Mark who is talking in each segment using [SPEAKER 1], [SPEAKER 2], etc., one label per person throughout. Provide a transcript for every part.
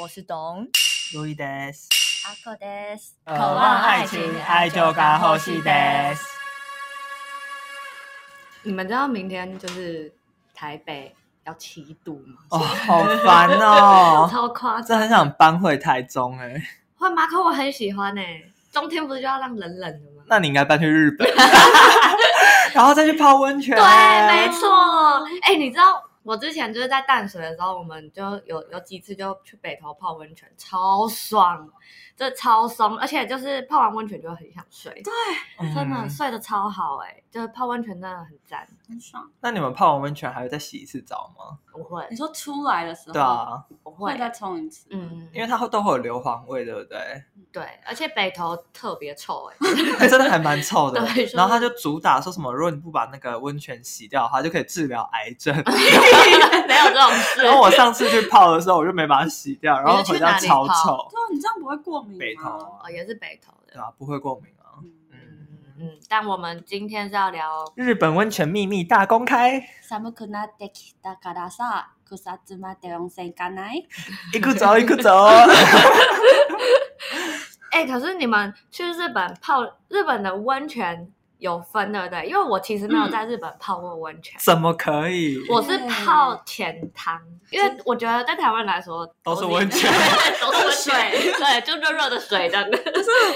[SPEAKER 1] 我是董
[SPEAKER 2] 路易德斯，
[SPEAKER 1] 阿克德斯，
[SPEAKER 2] 渴望爱情，爱就该呼吸德。
[SPEAKER 3] 你们知道明天就是台北要七度吗？
[SPEAKER 2] 哦，好烦 哦，
[SPEAKER 3] 超夸
[SPEAKER 2] 真
[SPEAKER 3] 张！
[SPEAKER 2] 的很想搬回台中哎、
[SPEAKER 3] 会吗？可我很喜欢哎、冬天不是就要让冷冷的吗？
[SPEAKER 2] 那你应该搬去日本，然后再去泡温泉。
[SPEAKER 3] 对，
[SPEAKER 1] 啊
[SPEAKER 3] 没错。哎、你知道我之前就是在淡水的时候，我们就有有几次就去北投泡温泉，超爽，这超松，而且就是泡完温泉就很想睡，
[SPEAKER 2] 嗯
[SPEAKER 3] 真的睡得超好哎、就是泡温泉真的很赞。
[SPEAKER 1] 很爽。
[SPEAKER 2] 那你们泡完温泉还会再洗一次澡吗？
[SPEAKER 3] 我会
[SPEAKER 1] 你，说出来的时候，
[SPEAKER 2] 对，啊，
[SPEAKER 3] 我会
[SPEAKER 1] 会，再冲一次。
[SPEAKER 3] 嗯，
[SPEAKER 2] 因为它都会有硫磺味，对不对？
[SPEAKER 3] 对，而且北投特别臭哎、
[SPEAKER 2] 哎真的还蛮臭的
[SPEAKER 3] 对。
[SPEAKER 2] 然后他就主打说什么，如果你不把那个温泉洗掉的话，就可以治疗癌症。
[SPEAKER 3] 没有这种事。
[SPEAKER 2] 然后我上次去泡的时候，我就没把它洗掉，然后回家超臭。
[SPEAKER 1] 对啊，你这样不会过敏吗？
[SPEAKER 2] 北投
[SPEAKER 3] 哦，也是北投
[SPEAKER 2] 对
[SPEAKER 3] 的。
[SPEAKER 2] 啊，不会过敏啊。
[SPEAKER 1] 嗯
[SPEAKER 3] 嗯嗯，但我们今天是要聊
[SPEAKER 2] 日本温泉秘密大 公开，
[SPEAKER 1] 寒くなってきたからさ、草津まで温泉行かない？
[SPEAKER 2] 一个走一 个走。
[SPEAKER 3] 哎、可是你们去日本泡日本的温泉有分对不对？因为我其实没有在日本泡过温泉，
[SPEAKER 2] 怎么可以？
[SPEAKER 3] 我是泡浅汤，因为我觉得在台湾来说
[SPEAKER 2] 都是温 泉
[SPEAKER 3] 都是温水，对，就热热的水这样。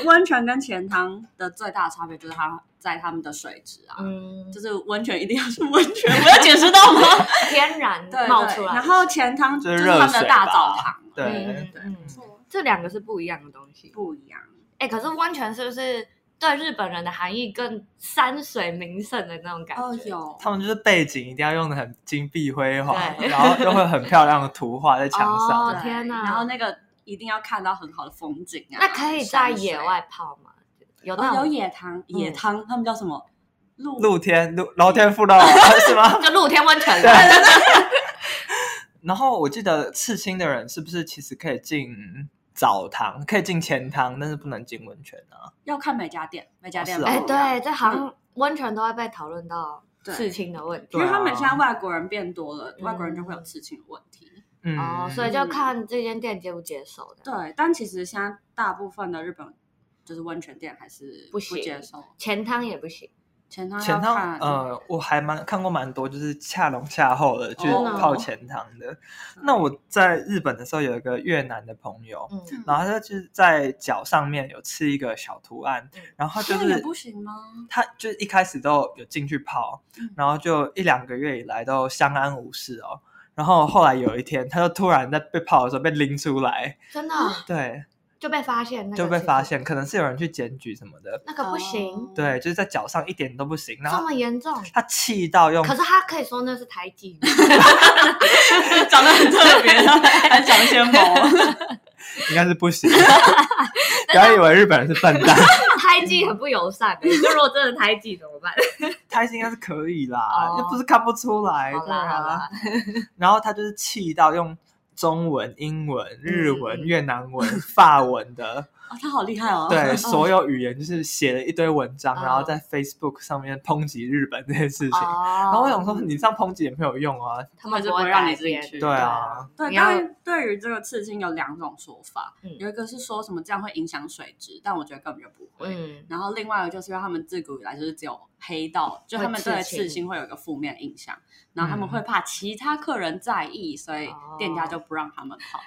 [SPEAKER 1] 温泉跟钱汤的最大的差别就是它 在他们的水质啊，
[SPEAKER 3] 嗯，
[SPEAKER 1] 就是温泉一定要是温泉，我有解释到吗？
[SPEAKER 3] 天然
[SPEAKER 1] 对，
[SPEAKER 3] 嗯冒出来的。
[SPEAKER 1] 然后钱汤
[SPEAKER 2] 就是是
[SPEAKER 1] 他们
[SPEAKER 2] 热
[SPEAKER 1] 的
[SPEAKER 2] 水
[SPEAKER 1] 大
[SPEAKER 2] 吧
[SPEAKER 1] 澡堂，
[SPEAKER 2] 对，
[SPEAKER 3] 嗯嗯，这两个是不一样的东西。
[SPEAKER 1] 不一样。
[SPEAKER 3] 哎、可是温泉是不是对日本人的含义更山水名胜的那种感觉？
[SPEAKER 1] 哦，有
[SPEAKER 2] 他们就是背景一定要用的很金碧辉煌，
[SPEAKER 3] 对
[SPEAKER 2] 然后又会有很漂亮的图画在墙上。
[SPEAKER 3] 哦天哪
[SPEAKER 1] 然后那个一定要看到很好的风景啊。
[SPEAKER 3] 那可以在野
[SPEAKER 1] 山水
[SPEAKER 3] 外泡吗？有那
[SPEAKER 1] 哦，有
[SPEAKER 3] 种、嗯
[SPEAKER 1] 野汤，野汤，他们叫什么？露
[SPEAKER 2] 露天露老天妇道 是吗？
[SPEAKER 3] 就露天温 泉
[SPEAKER 2] 对
[SPEAKER 3] 吗？
[SPEAKER 2] 然后我记得刺青的人是不是其实可以进澡堂，可以进钱汤，但是不能进温泉啊？
[SPEAKER 1] 要看每家店，每家店
[SPEAKER 2] 哦是哦
[SPEAKER 1] 不一
[SPEAKER 3] 哎、
[SPEAKER 1] 样
[SPEAKER 3] 对，这好像温泉都会被讨论到
[SPEAKER 1] 嗯对
[SPEAKER 3] 刺青的问题
[SPEAKER 1] 因
[SPEAKER 2] 对
[SPEAKER 1] 为
[SPEAKER 2] 啊
[SPEAKER 1] 他们现在外国人变多了，
[SPEAKER 3] 嗯
[SPEAKER 1] 外国人就会有刺青的问题。
[SPEAKER 2] 嗯，
[SPEAKER 3] 哦，所以就看这间店接不接受的。
[SPEAKER 1] 对，但其实现在大部分的日本就是温泉店还是
[SPEAKER 3] 不行
[SPEAKER 1] 接受
[SPEAKER 3] 前汤也不行，
[SPEAKER 1] 钱汤要
[SPEAKER 2] 钱汤
[SPEAKER 1] 看，
[SPEAKER 2] 呃，我还蛮看过蛮多，就是恰浓恰厚的去
[SPEAKER 1] 哦
[SPEAKER 2] 泡钱汤的。那我在日本的时候有一个越南的朋友，
[SPEAKER 3] 嗯，
[SPEAKER 1] 嗯
[SPEAKER 2] 然后他就是在脚上面有刺一个小图案
[SPEAKER 3] 嗯，
[SPEAKER 2] 然后就
[SPEAKER 1] 那也
[SPEAKER 2] 是
[SPEAKER 1] 不行吗？
[SPEAKER 2] 他就一开始都有进去泡
[SPEAKER 1] 嗯，
[SPEAKER 2] 然后就一两个月以来都相安无事哦。然后后来有一天，他就突然在被泡的时候被拎出来，
[SPEAKER 3] 真的
[SPEAKER 1] 啊
[SPEAKER 2] 对，
[SPEAKER 3] 就被发现，那个
[SPEAKER 2] 就
[SPEAKER 3] 刺
[SPEAKER 2] 被
[SPEAKER 3] 青
[SPEAKER 2] 发，现，可能是有人去检举什么的，
[SPEAKER 3] 那个不行，
[SPEAKER 1] 哦，
[SPEAKER 2] 对，就是在脚上一点都不行。然
[SPEAKER 3] 这
[SPEAKER 2] 后
[SPEAKER 3] 么严重。
[SPEAKER 2] 他气到用
[SPEAKER 3] 可是他可以说那是台妓吗，
[SPEAKER 1] 长得很特别，啊哦还长一些 毛。
[SPEAKER 2] 应该是 不行。不要以为日本人是笨蛋，
[SPEAKER 3] 台妓很不友 善。欸就如果真的台妓怎么办？
[SPEAKER 2] 他应该是可以啦，
[SPEAKER 3] 哦
[SPEAKER 2] 又不是看不出来。
[SPEAKER 3] 好
[SPEAKER 2] 对
[SPEAKER 3] 啦好
[SPEAKER 2] 啊
[SPEAKER 3] 啦，，
[SPEAKER 2] 然后他就是气到用中文、英文、日文、
[SPEAKER 3] 嗯
[SPEAKER 2] 越南文、法文的，
[SPEAKER 1] 哦，他好厉害
[SPEAKER 2] 啊
[SPEAKER 1] 哦！
[SPEAKER 2] 对所有语言，就是写了一堆文章，
[SPEAKER 3] 哦
[SPEAKER 2] 然后在 Facebook 上面抨击日本这件事情。
[SPEAKER 3] 哦
[SPEAKER 2] 然后我想说，你这样抨击也没有用啊。
[SPEAKER 3] 他们
[SPEAKER 1] 就
[SPEAKER 3] 不
[SPEAKER 1] 不
[SPEAKER 3] 会
[SPEAKER 1] 会让
[SPEAKER 3] 改
[SPEAKER 1] 你自己
[SPEAKER 3] 变
[SPEAKER 1] 去
[SPEAKER 2] 对啊，
[SPEAKER 1] 对，
[SPEAKER 3] 你要
[SPEAKER 1] 但对于这个刺青有两种说法，
[SPEAKER 3] 嗯
[SPEAKER 1] 有一个是说什么这样会影响水质，但我觉得根本就不会。
[SPEAKER 3] 嗯，
[SPEAKER 1] 然后另外一个就是因为他们自古以来就是只有黑道，就他们对刺青会有一个负面印象，然
[SPEAKER 3] 嗯
[SPEAKER 1] 后他们会怕其他客人在意，所以
[SPEAKER 3] 哦
[SPEAKER 1] 店家就不让他们 跑。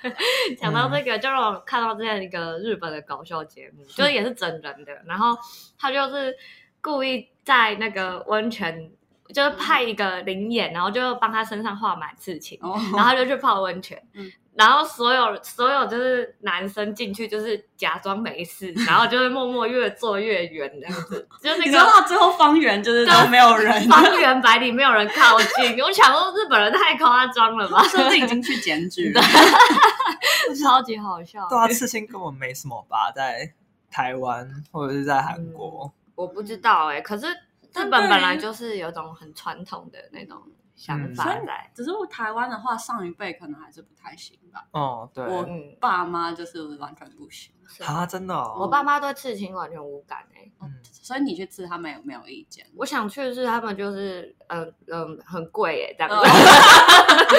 [SPEAKER 3] 讲到这个，就让我看到之前一个日本的搞笑节目，就是也是整人的，然后他就是故意在那个温泉，就是派一个灵眼，然后就帮他身上画满刺青，
[SPEAKER 1] 哦，
[SPEAKER 3] 然后他就去泡温泉。
[SPEAKER 1] 嗯
[SPEAKER 3] 然后所有所有就是男生进去就是假装没事，然后就是默默越坐越远这样子，就是 那
[SPEAKER 1] 你
[SPEAKER 3] 个啊
[SPEAKER 1] 说到最后方圆就是都没 有人，
[SPEAKER 3] 方圆百里没有人靠近。 我想说日本人太夸张了吧，
[SPEAKER 1] 甚至已经去检举了。
[SPEAKER 3] 超级好笑。
[SPEAKER 2] 对啊，刺青根本没什么吧，在台湾或者是在韩国，
[SPEAKER 3] 欸我不知道哎、可是日本本来就是有种很传统的那种想
[SPEAKER 2] 嗯
[SPEAKER 3] 法
[SPEAKER 1] 所以
[SPEAKER 3] 在。
[SPEAKER 1] 只是我台湾的话，上一辈可能还是不太行吧。
[SPEAKER 2] 哦，对，
[SPEAKER 1] 我
[SPEAKER 3] 嗯，
[SPEAKER 1] 爸妈就是完全不行，
[SPEAKER 3] 是
[SPEAKER 2] 啊，真的、哦，
[SPEAKER 3] 我爸妈对刺青完全无感哎、
[SPEAKER 2] 嗯
[SPEAKER 1] 所以你去吃他们有没有意见？
[SPEAKER 3] 我想去的是他们就是嗯嗯很贵哎、这样子。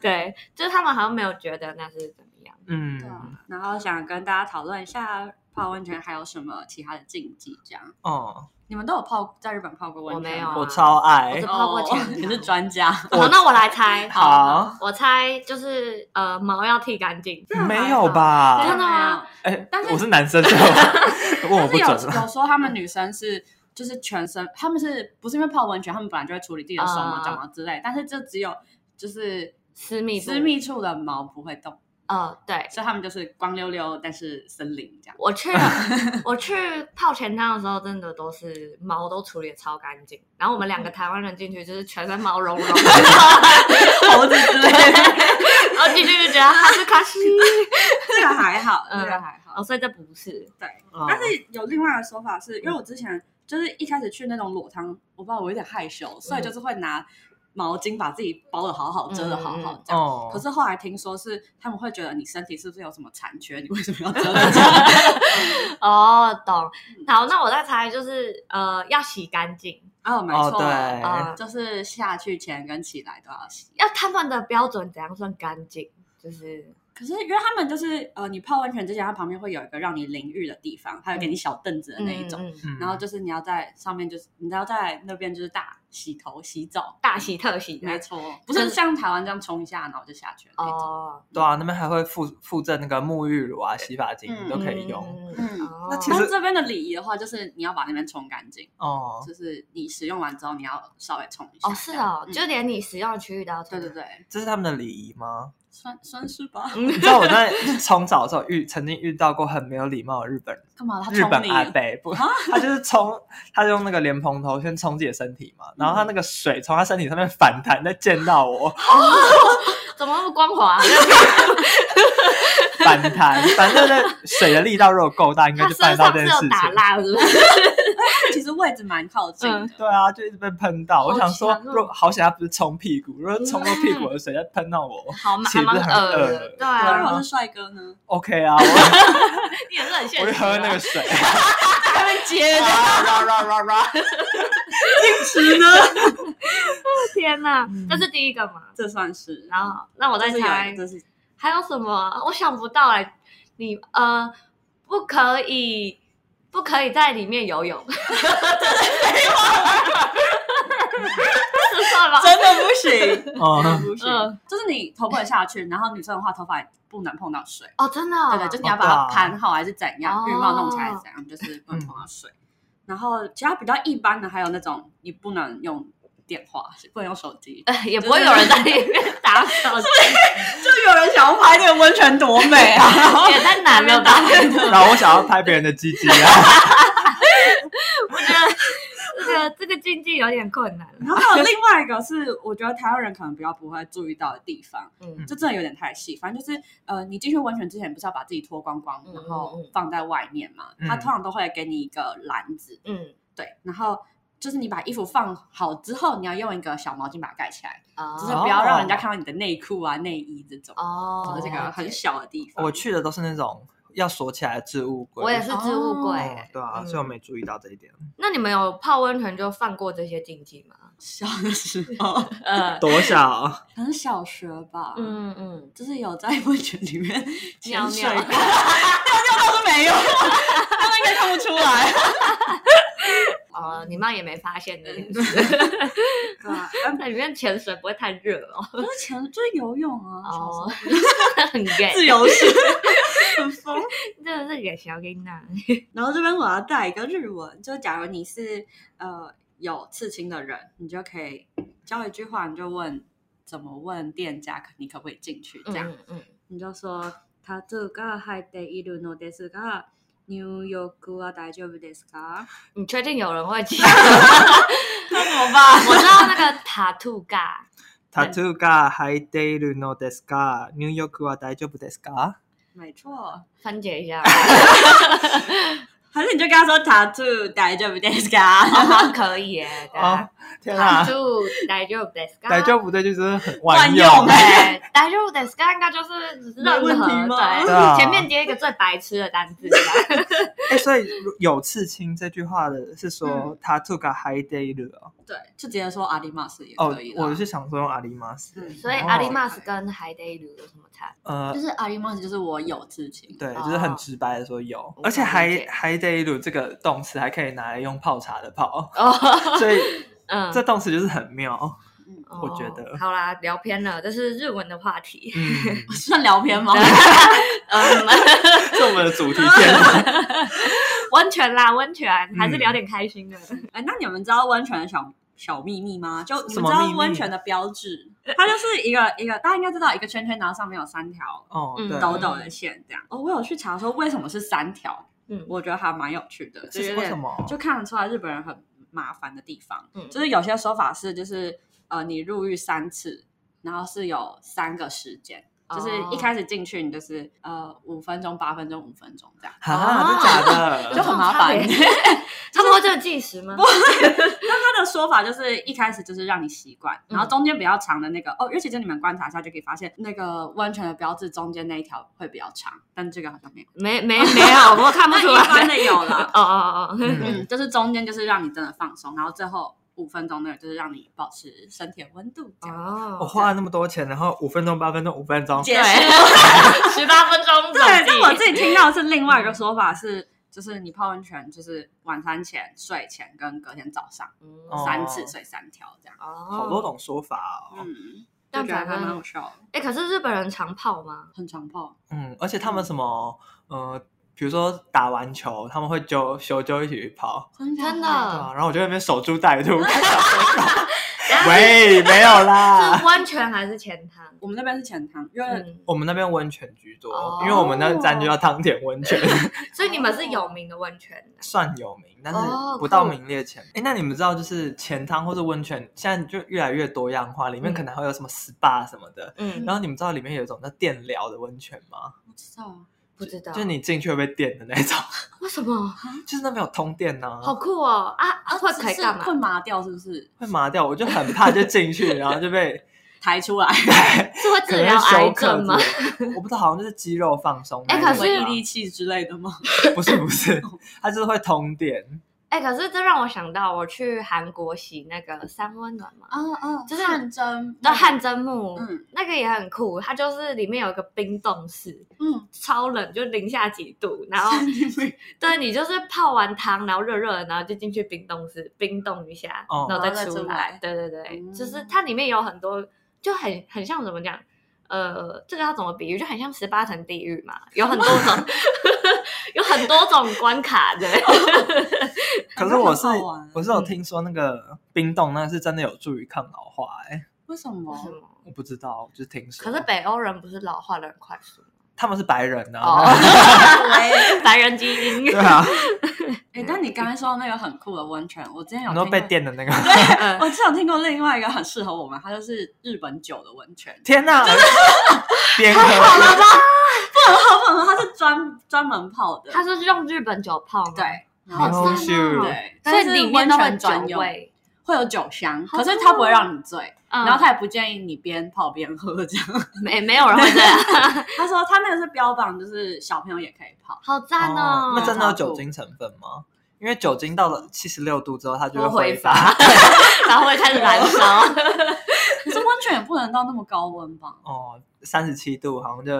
[SPEAKER 3] 对，就是他们好像没有觉得那是怎么样。
[SPEAKER 1] 对
[SPEAKER 2] 嗯，
[SPEAKER 1] 啊，然后想跟大家讨论一下泡温泉还有什么其他的禁忌，这样
[SPEAKER 2] 哦，
[SPEAKER 1] 你们都有泡在日本泡过温泉吗？
[SPEAKER 3] 我没有啊
[SPEAKER 2] 我超
[SPEAKER 3] 我
[SPEAKER 2] 爱
[SPEAKER 3] 是，泡过
[SPEAKER 1] 哦
[SPEAKER 3] 前
[SPEAKER 1] 你是专家，
[SPEAKER 3] 好，那我来猜，
[SPEAKER 2] 好，
[SPEAKER 3] 我猜就是呃毛要剃干净，
[SPEAKER 2] 没有吧？
[SPEAKER 3] 真的吗？
[SPEAKER 2] 哎，
[SPEAKER 1] 但是
[SPEAKER 2] 我是男生，所以我哦问我
[SPEAKER 1] 但
[SPEAKER 2] 不
[SPEAKER 1] 是有
[SPEAKER 2] 准啊了。
[SPEAKER 1] 有时候他们女生是就是全身，他们是不是因为泡温泉，他们本来就会处理自己的手毛、
[SPEAKER 3] 啊
[SPEAKER 1] 脚毛之类，但是就只有就是
[SPEAKER 3] 私密部
[SPEAKER 1] 私，密处的毛不会动，
[SPEAKER 3] 呃对。
[SPEAKER 1] 所以他们就是光溜溜，但是森林这样。
[SPEAKER 3] 我去我去泡前汤的时候，真的都是毛都处理的超干净。然后我们两个
[SPEAKER 1] 嗯
[SPEAKER 3] 台湾人进去，就是全身毛茸茸的，
[SPEAKER 1] 猴子之类的，
[SPEAKER 3] 然后进去就觉得哈是卡西。
[SPEAKER 1] 这个还好，这
[SPEAKER 3] 嗯
[SPEAKER 1] 个还好。
[SPEAKER 3] 哦，所以这不是
[SPEAKER 1] 对，
[SPEAKER 2] 哦
[SPEAKER 1] 但是有另外的说法是，因为我之前就是一开始去那种裸汤，我不知道我有点害羞，所以就是会拿毛巾把自己包的好好，遮的好
[SPEAKER 3] 嗯嗯
[SPEAKER 1] 好
[SPEAKER 3] 嗯
[SPEAKER 1] 这样。
[SPEAKER 2] 哦
[SPEAKER 1] 可是后来听说是他们会觉得你身体是不是有什么残缺，你为什么要 遮得这样？
[SPEAKER 3] 哦，懂。
[SPEAKER 1] 嗯
[SPEAKER 3] 好，那我再猜就是呃，要洗干净。
[SPEAKER 1] 哦，没
[SPEAKER 2] 哦，
[SPEAKER 1] 错，
[SPEAKER 2] 对，
[SPEAKER 3] 啊
[SPEAKER 1] 就是下去前跟起来都要洗。
[SPEAKER 3] 要他们的标准怎样算干净？就是
[SPEAKER 1] 可是因为他们就是呃，你泡温泉之前，它旁边会有一个让你淋浴的地方，还有给你小凳子的那一种。
[SPEAKER 3] 嗯嗯
[SPEAKER 2] 嗯
[SPEAKER 1] 然后就是你要在上面，就是你要在那边就是大洗头、洗澡，
[SPEAKER 3] 大洗特洗
[SPEAKER 1] 没
[SPEAKER 3] 的。
[SPEAKER 1] 错，不是像台湾这样冲一下然后就下去了那种。
[SPEAKER 3] 嗯哦，
[SPEAKER 2] 对啊，那边还会附附赠那个沐浴乳啊、洗发精
[SPEAKER 1] 嗯
[SPEAKER 2] 都可以用。
[SPEAKER 3] 嗯
[SPEAKER 1] 嗯
[SPEAKER 3] 哦
[SPEAKER 2] 那其实
[SPEAKER 1] 但这边的礼仪的话，就是你要把那边冲干净，
[SPEAKER 3] 嗯
[SPEAKER 2] 哦，
[SPEAKER 1] 就是你使用完之后你要稍微冲一下。
[SPEAKER 3] 哦是
[SPEAKER 1] 这样
[SPEAKER 3] 哦，
[SPEAKER 1] 嗯
[SPEAKER 3] 就连你使用的区域都要
[SPEAKER 1] 对
[SPEAKER 3] 冲
[SPEAKER 1] 对对，
[SPEAKER 2] 这是他们的礼仪吗？
[SPEAKER 1] 算算是吧。
[SPEAKER 2] 你知道我在冲澡的时候遇曾经遇到过很没有礼貌的日本人。
[SPEAKER 3] 啊
[SPEAKER 1] 干嘛？他
[SPEAKER 2] 日
[SPEAKER 1] 冲
[SPEAKER 2] 本
[SPEAKER 1] 你
[SPEAKER 2] 阿
[SPEAKER 1] 了？
[SPEAKER 2] 北不，他就是冲，他就用那个莲蓬头先冲自己的身体嘛，然
[SPEAKER 3] 嗯
[SPEAKER 2] 后他那个水从他身体上面反弹，再溅到我，
[SPEAKER 3] 怎么那么光滑？啊
[SPEAKER 2] 反弹，反正那水的力道如果够大，应该
[SPEAKER 3] 他
[SPEAKER 2] 就办
[SPEAKER 3] 身
[SPEAKER 2] 得到
[SPEAKER 3] 上
[SPEAKER 2] 这
[SPEAKER 3] 是
[SPEAKER 2] 件事
[SPEAKER 3] 有
[SPEAKER 2] 情。
[SPEAKER 3] 打蜡是不是？
[SPEAKER 1] 其实位置蛮靠近的。
[SPEAKER 2] 对啊，就一直被喷到。我
[SPEAKER 3] 好
[SPEAKER 2] 想说，
[SPEAKER 3] 强哦
[SPEAKER 2] 如果好险他不是冲屁股，如果冲到屁 股的水再喷到我
[SPEAKER 3] 好蛮
[SPEAKER 2] 岂不
[SPEAKER 3] 蛮
[SPEAKER 2] 是很
[SPEAKER 3] 恶
[SPEAKER 2] 恶
[SPEAKER 3] 的，对
[SPEAKER 1] 那
[SPEAKER 3] 啊
[SPEAKER 1] 如，果是帅哥呢？
[SPEAKER 2] ，OK 啊，我
[SPEAKER 3] 你也是很现实。
[SPEAKER 2] 我就喝那个，水，
[SPEAKER 3] 他们接 的。
[SPEAKER 2] ra ra ra ra，
[SPEAKER 1] 是呢，
[SPEAKER 3] 天哪
[SPEAKER 2] 嗯，
[SPEAKER 3] 这是第一个嘛？
[SPEAKER 1] 啊这算是。
[SPEAKER 3] 然后，那我再
[SPEAKER 1] 这是有
[SPEAKER 3] 猜，
[SPEAKER 1] 这是
[SPEAKER 3] 还有什么？我想不到哎、你呃，不可以，不可以在里面游泳。这 是废话，吧？
[SPEAKER 1] 真的不行，
[SPEAKER 2] 嗯，
[SPEAKER 1] 不行
[SPEAKER 3] 嗯，
[SPEAKER 1] 就是你头不能下去，然后女生的话头发也不能碰到水。
[SPEAKER 3] 哦，真的、
[SPEAKER 1] 对
[SPEAKER 3] 哦，
[SPEAKER 1] 对，就是你要把
[SPEAKER 2] 啊
[SPEAKER 1] 它盘好还是怎样，
[SPEAKER 3] 哦。
[SPEAKER 1] 浴帽弄起来还是怎样，就是不能碰到水。
[SPEAKER 2] 嗯
[SPEAKER 1] 然后其他比较一般的还有那种你不能用电话，不能用手机
[SPEAKER 3] 呃也不会有人在里面打手 机，
[SPEAKER 1] 就有人想要拍那个温泉多美啊！
[SPEAKER 3] 也太难 了吧？
[SPEAKER 2] 然后我想要拍别人的鸡鸡啊，
[SPEAKER 3] 我觉得这个呃这个经济有点困难。
[SPEAKER 1] 然后 还有另外一个是，我觉得台湾人可能比较不会注意到的地方，
[SPEAKER 3] 嗯
[SPEAKER 1] 就真的有点太细。反正就是，呃，你进去温泉之前不是要把自己脱光光，
[SPEAKER 3] 嗯
[SPEAKER 1] 然后
[SPEAKER 3] 嗯嗯
[SPEAKER 1] 放在外面嘛？
[SPEAKER 2] 嗯
[SPEAKER 1] 他通常都会给你一个篮子，
[SPEAKER 3] 嗯，
[SPEAKER 1] 对，然后就是你把衣服放好之后，你要用一个小毛巾把它盖起来。
[SPEAKER 3] 哦
[SPEAKER 1] 就是不要让人家看到你的内裤啊、内衣这种，
[SPEAKER 3] 哦
[SPEAKER 1] 就，是这个很小的地 方。
[SPEAKER 2] 我，去的都是那种要锁起来的置物柜，
[SPEAKER 3] 我也是置物柜、
[SPEAKER 2] 哦对啊，
[SPEAKER 3] 嗯
[SPEAKER 2] 所以我没注意到这一点，
[SPEAKER 3] 那你们有泡温泉就放过这些禁忌吗？
[SPEAKER 1] 小的时候，
[SPEAKER 3] 呃，
[SPEAKER 2] 多少？
[SPEAKER 1] 可能小学吧，嗯，
[SPEAKER 3] 嗯嗯，
[SPEAKER 1] 就是有在温泉里面
[SPEAKER 3] 尿
[SPEAKER 1] 潜水
[SPEAKER 3] 尿
[SPEAKER 1] 过，尿 尿倒是没有，他们应该看不出来。
[SPEAKER 3] 哦，你妈也没发现这件事。
[SPEAKER 1] 对啊，但
[SPEAKER 3] 在里面潜水不会太热哦，
[SPEAKER 1] 可是潜就是游泳啊，小时候
[SPEAKER 3] 哦， 很 gay，
[SPEAKER 1] 自由式，很疯。
[SPEAKER 3] 真的是给小给娜。
[SPEAKER 1] 然后这边我要带一个日文，就假如你是呃有刺青的人，你就可以教一句话，你就问怎么问店家可你可不可以进去这样。
[SPEAKER 3] 嗯嗯，
[SPEAKER 1] 你就说タトゥーが入っているのですが、入浴は大丈夫ですか？
[SPEAKER 3] 你确定有人会记得？那怎么办？我知道那 个塔兔嘎，
[SPEAKER 2] タトゥーが入っているのですか入浴は大丈夫ですか
[SPEAKER 1] 没错，
[SPEAKER 3] 分解一下。
[SPEAKER 1] 还是你就跟他说 tattoo 大丈夫です
[SPEAKER 3] 好
[SPEAKER 1] か？
[SPEAKER 3] 像可以耶。
[SPEAKER 2] 哦，天
[SPEAKER 3] 大
[SPEAKER 2] 啊，
[SPEAKER 3] 丈大丈夫ですか？
[SPEAKER 2] 逮就不对，就是很
[SPEAKER 1] 万
[SPEAKER 2] 用。
[SPEAKER 1] 用欸
[SPEAKER 3] 对，大丈夫ですか应该就是任
[SPEAKER 1] 没问题
[SPEAKER 3] 何
[SPEAKER 1] 吗
[SPEAKER 3] 对，
[SPEAKER 2] 对啊
[SPEAKER 3] 前面接一个最白痴的单字，这样
[SPEAKER 2] 哎，所以如有刺青这句话的是说他 took a high day 的哦
[SPEAKER 1] 对，就直接说阿里马斯也
[SPEAKER 2] 哦
[SPEAKER 1] 可以，啦
[SPEAKER 2] 我是想说用阿里马斯，
[SPEAKER 1] 嗯
[SPEAKER 3] 所以
[SPEAKER 2] 哦
[SPEAKER 3] 阿里马斯跟海德鲁有什么差？
[SPEAKER 2] 呃
[SPEAKER 1] 就，是阿里马斯就是我有刺青，
[SPEAKER 2] 对，
[SPEAKER 3] 哦
[SPEAKER 2] 就是很直白的说有，
[SPEAKER 3] 我
[SPEAKER 2] 而且
[SPEAKER 3] 可以
[SPEAKER 2] 还
[SPEAKER 3] 理解
[SPEAKER 2] 还得鲁这个动词还可以拿来用泡茶的泡，
[SPEAKER 3] 哦，
[SPEAKER 2] 所以
[SPEAKER 3] 嗯
[SPEAKER 2] 这动词就是很妙。我
[SPEAKER 3] 哦
[SPEAKER 2] 觉得
[SPEAKER 3] 好啦，聊偏了，这是日文的话题。
[SPEAKER 2] 嗯，
[SPEAKER 1] 算聊偏吗？
[SPEAKER 3] 嗯，
[SPEAKER 2] 是我们的主题线吗
[SPEAKER 3] 温泉啦，温泉还是聊点开心的。
[SPEAKER 1] 哎，那你们知道温泉的小小秘密吗？就你
[SPEAKER 2] 什么
[SPEAKER 1] 们知道
[SPEAKER 2] 秘密
[SPEAKER 1] 温泉的标志，它就是一个一个，大家应该知道一个圈圈，然后上面有三条
[SPEAKER 2] 哦，
[SPEAKER 3] 嗯
[SPEAKER 2] 对，
[SPEAKER 1] 抖抖的线这样。哦，我有去查说为什么是三条，
[SPEAKER 3] 嗯，
[SPEAKER 1] 我觉得还蛮有趣的，
[SPEAKER 2] 这
[SPEAKER 1] 就有
[SPEAKER 2] 是
[SPEAKER 1] 点
[SPEAKER 2] 为什么？
[SPEAKER 1] 就看得出来日本人很麻烦的地方。
[SPEAKER 3] 嗯
[SPEAKER 1] 就是有些说法是，就是呃，你入狱三次，然后是有三个时间，就是
[SPEAKER 3] 哦
[SPEAKER 1] 一开始进去你就是呃五分钟、八分钟、五分钟这样。
[SPEAKER 2] 哈，真假的？
[SPEAKER 1] 就很麻烦
[SPEAKER 3] 有这种差别他们会这个计时吗？
[SPEAKER 1] 那他的说法就是一开始就是让你习惯，
[SPEAKER 3] 嗯
[SPEAKER 1] 然后中间比较长的那个、哦，因为其实你们观察一下就可以发现，那个温泉的标志中间那一条会比较长，但这个好像没有，
[SPEAKER 3] 没没没有，我看不出
[SPEAKER 1] 那一般
[SPEAKER 3] 来。
[SPEAKER 1] 的有了。
[SPEAKER 3] 哦哦哦哦，
[SPEAKER 2] 嗯
[SPEAKER 1] 嗯，就是中间就是让你真的放松，然后最后五分钟那个就是让你保持身体的温度。这样
[SPEAKER 3] 哦
[SPEAKER 2] 我花了那么多钱，然后五分钟、八分钟、五分钟，
[SPEAKER 1] 解
[SPEAKER 3] 对， 十八分钟总
[SPEAKER 1] 对，但我
[SPEAKER 3] 计。
[SPEAKER 1] 自己听到的是另外一个说法是，就是你泡温泉就是晚餐前、睡前跟隔天早上
[SPEAKER 3] 嗯
[SPEAKER 2] 哦
[SPEAKER 1] 三次睡三条这样。
[SPEAKER 3] 哦，
[SPEAKER 2] 好多种说法哦。
[SPEAKER 1] 嗯，
[SPEAKER 3] 这
[SPEAKER 1] 就
[SPEAKER 3] 样
[SPEAKER 1] 觉得
[SPEAKER 3] 反
[SPEAKER 1] 还蛮
[SPEAKER 3] 正
[SPEAKER 1] 好笑的，
[SPEAKER 3] 哎，可是日本人常泡吗？
[SPEAKER 1] 很常泡。
[SPEAKER 2] 嗯，而且他们什么呃，比如说打完球，他们会揪休揪一起去跑，
[SPEAKER 1] 真
[SPEAKER 3] 真
[SPEAKER 2] 对
[SPEAKER 3] 的
[SPEAKER 2] 啊，然后我就在那边守株待兔，看小朋友
[SPEAKER 3] 然后
[SPEAKER 2] 喂，没有
[SPEAKER 3] 是
[SPEAKER 2] 啦。
[SPEAKER 3] 温泉还是钱汤？
[SPEAKER 1] 我们那边是浅汤，因为
[SPEAKER 3] 嗯，
[SPEAKER 2] 我们那边温泉居多，
[SPEAKER 3] 哦
[SPEAKER 2] 因为我们那站就叫汤田温泉，
[SPEAKER 3] 所以你们是有名的温泉的
[SPEAKER 2] 算有名，但是
[SPEAKER 3] 哦
[SPEAKER 2] 不到
[SPEAKER 3] 酷
[SPEAKER 2] 名列前。哎、那你们知道就是钱汤或是温泉，现在就越来越多样化，里面
[SPEAKER 3] 嗯
[SPEAKER 2] 可能还会有什么 SPA 什么的。
[SPEAKER 3] 嗯，
[SPEAKER 2] 然后你们知道里面有一种叫电疗的温泉吗？
[SPEAKER 1] 不知道，
[SPEAKER 3] 不知道，
[SPEAKER 2] 就是你啊进去会被电的那种，
[SPEAKER 3] 为什么
[SPEAKER 2] 就是那边有通电呢、
[SPEAKER 3] 好酷哦啊啊！会可以
[SPEAKER 1] 是
[SPEAKER 3] 干嘛
[SPEAKER 1] 会？麻掉是不是？
[SPEAKER 2] 会麻掉，我就很怕就 进去，然后就被
[SPEAKER 1] 抬出来，
[SPEAKER 3] 是会
[SPEAKER 2] 可
[SPEAKER 3] 治
[SPEAKER 2] 能
[SPEAKER 3] 疗
[SPEAKER 2] 会
[SPEAKER 3] 癌
[SPEAKER 2] 休
[SPEAKER 3] 症吗
[SPEAKER 2] 克？之类的，我不知道，好像就是肌肉放松那
[SPEAKER 3] 哎
[SPEAKER 2] 一
[SPEAKER 3] 可
[SPEAKER 2] 种吧。
[SPEAKER 3] 是
[SPEAKER 1] 毅力气之类的吗？
[SPEAKER 2] 不是不是，它就是会通电。
[SPEAKER 3] 哎，可是这让我想到我去韩国洗那个三温暖嘛，
[SPEAKER 1] 啊啊，
[SPEAKER 3] 哦就是
[SPEAKER 1] 汗蒸，
[SPEAKER 3] 那汗蒸木，
[SPEAKER 1] 嗯
[SPEAKER 3] 那个也很酷，它就是里面有一个冰冻室，
[SPEAKER 1] 嗯，
[SPEAKER 3] 超冷，就零下几度，然后对你就是泡完汤，然后热热的，然后就进去冰冻室冰冻一下，
[SPEAKER 2] 哦
[SPEAKER 3] 然后
[SPEAKER 1] 然
[SPEAKER 3] 再
[SPEAKER 1] 后再
[SPEAKER 3] 出
[SPEAKER 1] 出来
[SPEAKER 3] 对对对，
[SPEAKER 1] 嗯
[SPEAKER 3] 就是它里面有很多，就很很像怎么讲？呃，这个要怎么比喻？就很像十八层地狱嘛，有很多种， 有很多种关卡的。
[SPEAKER 2] 可是我是
[SPEAKER 1] 好玩啊嗯
[SPEAKER 2] 我是有听说那个冰冻那是真的有助于抗老化、哎，
[SPEAKER 1] 为什
[SPEAKER 3] 为什
[SPEAKER 1] 么？
[SPEAKER 3] 么
[SPEAKER 2] 我不知道，就是听说。
[SPEAKER 3] 可是北欧人不是老化的很快速吗？
[SPEAKER 2] 他们是白人啊，
[SPEAKER 3] 哦，
[SPEAKER 1] 喂，
[SPEAKER 3] 白人基因。
[SPEAKER 2] 对啊，
[SPEAKER 1] 哎，但你刚才说到那个很酷的温泉，我之前有
[SPEAKER 2] 然后
[SPEAKER 1] 听
[SPEAKER 2] 被
[SPEAKER 1] 过
[SPEAKER 2] 电的那 个，
[SPEAKER 3] 嗯
[SPEAKER 1] 我之前听过另外一个很适合我们，它就是日本酒的温泉，
[SPEAKER 2] 天哪，边喝
[SPEAKER 1] 好不好？它是专专门泡的，
[SPEAKER 3] 他是用日本酒泡吗？，
[SPEAKER 1] 对，然
[SPEAKER 3] 好
[SPEAKER 1] 后
[SPEAKER 2] 然后
[SPEAKER 3] 赞哦！
[SPEAKER 2] 是
[SPEAKER 3] 所
[SPEAKER 1] 对，但
[SPEAKER 3] 以
[SPEAKER 1] 是
[SPEAKER 3] 里面
[SPEAKER 1] 温
[SPEAKER 3] 都会
[SPEAKER 1] 泉
[SPEAKER 3] 酒
[SPEAKER 1] 专用，
[SPEAKER 3] 味，
[SPEAKER 1] 会有酒香，
[SPEAKER 3] 好
[SPEAKER 1] 可是
[SPEAKER 3] 酷
[SPEAKER 1] 它不
[SPEAKER 3] 哦
[SPEAKER 1] 会让你醉，
[SPEAKER 3] 嗯
[SPEAKER 1] 然后它也不建议你边泡边喝这样。
[SPEAKER 3] 没没有人会这样，
[SPEAKER 1] 他说他那个是标榜，就是小朋友也可以泡，
[SPEAKER 3] 好赞哦！
[SPEAKER 2] 那真的有
[SPEAKER 1] 超酷
[SPEAKER 2] 酒精成分吗？因为酒精到了七十六度之后，它就
[SPEAKER 3] 嗯会
[SPEAKER 2] 会
[SPEAKER 3] 挥
[SPEAKER 2] 挥
[SPEAKER 3] 发
[SPEAKER 2] 发。，
[SPEAKER 3] 然后会开始燃 烧，
[SPEAKER 1] 可是温泉也不能到那么高温吧？
[SPEAKER 2] 哦，三十七度好像就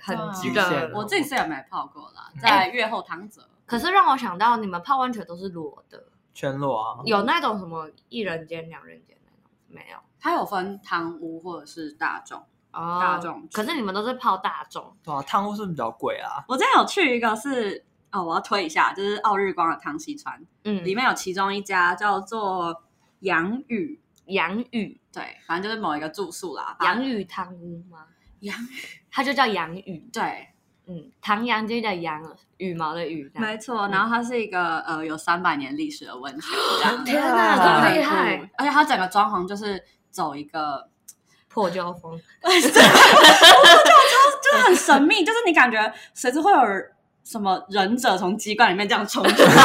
[SPEAKER 3] 很
[SPEAKER 1] 极
[SPEAKER 2] 限
[SPEAKER 3] 热。
[SPEAKER 1] 嗯我自己是也没泡过啦，
[SPEAKER 2] 嗯
[SPEAKER 1] 在月后汤泽。
[SPEAKER 3] 可是让我想到，你们泡温泉都是裸的，
[SPEAKER 2] 全裸啊。
[SPEAKER 3] 有那种什么一人间、两人间那种没有？
[SPEAKER 1] 它有分汤屋或者是大众，
[SPEAKER 3] 哦
[SPEAKER 1] 大众
[SPEAKER 3] 可是你们都是泡大众，
[SPEAKER 2] 对啊，汤屋是不是比较贵啊？
[SPEAKER 1] 我之前有去一个是哦，我要推一下，就是奥日光的汤溪川，
[SPEAKER 3] 嗯，
[SPEAKER 1] 里面有其中一家叫做杨宇，
[SPEAKER 3] 洋芋
[SPEAKER 1] 对，反正就是某一个住宿啦。
[SPEAKER 3] 洋
[SPEAKER 1] 宇，
[SPEAKER 3] 芋汤屋吗？
[SPEAKER 1] 啊洋
[SPEAKER 3] 它就叫洋芋，
[SPEAKER 1] 对，
[SPEAKER 3] 嗯，唐扬街的羊，羽毛的羽，这样
[SPEAKER 1] 没错。然后它是一个呃有三百年历史的温泉，这样
[SPEAKER 3] 哦天
[SPEAKER 2] 哪
[SPEAKER 1] 真的
[SPEAKER 3] 哪，这
[SPEAKER 1] 很
[SPEAKER 3] 么厉
[SPEAKER 1] 酷
[SPEAKER 3] 害！
[SPEAKER 1] 而且它整个装潢就是走一 个，
[SPEAKER 3] 破旧风，
[SPEAKER 1] 就是很神秘，就是你感觉随时会有什么忍者从鸡冠里面这样冲出来， 干嘛？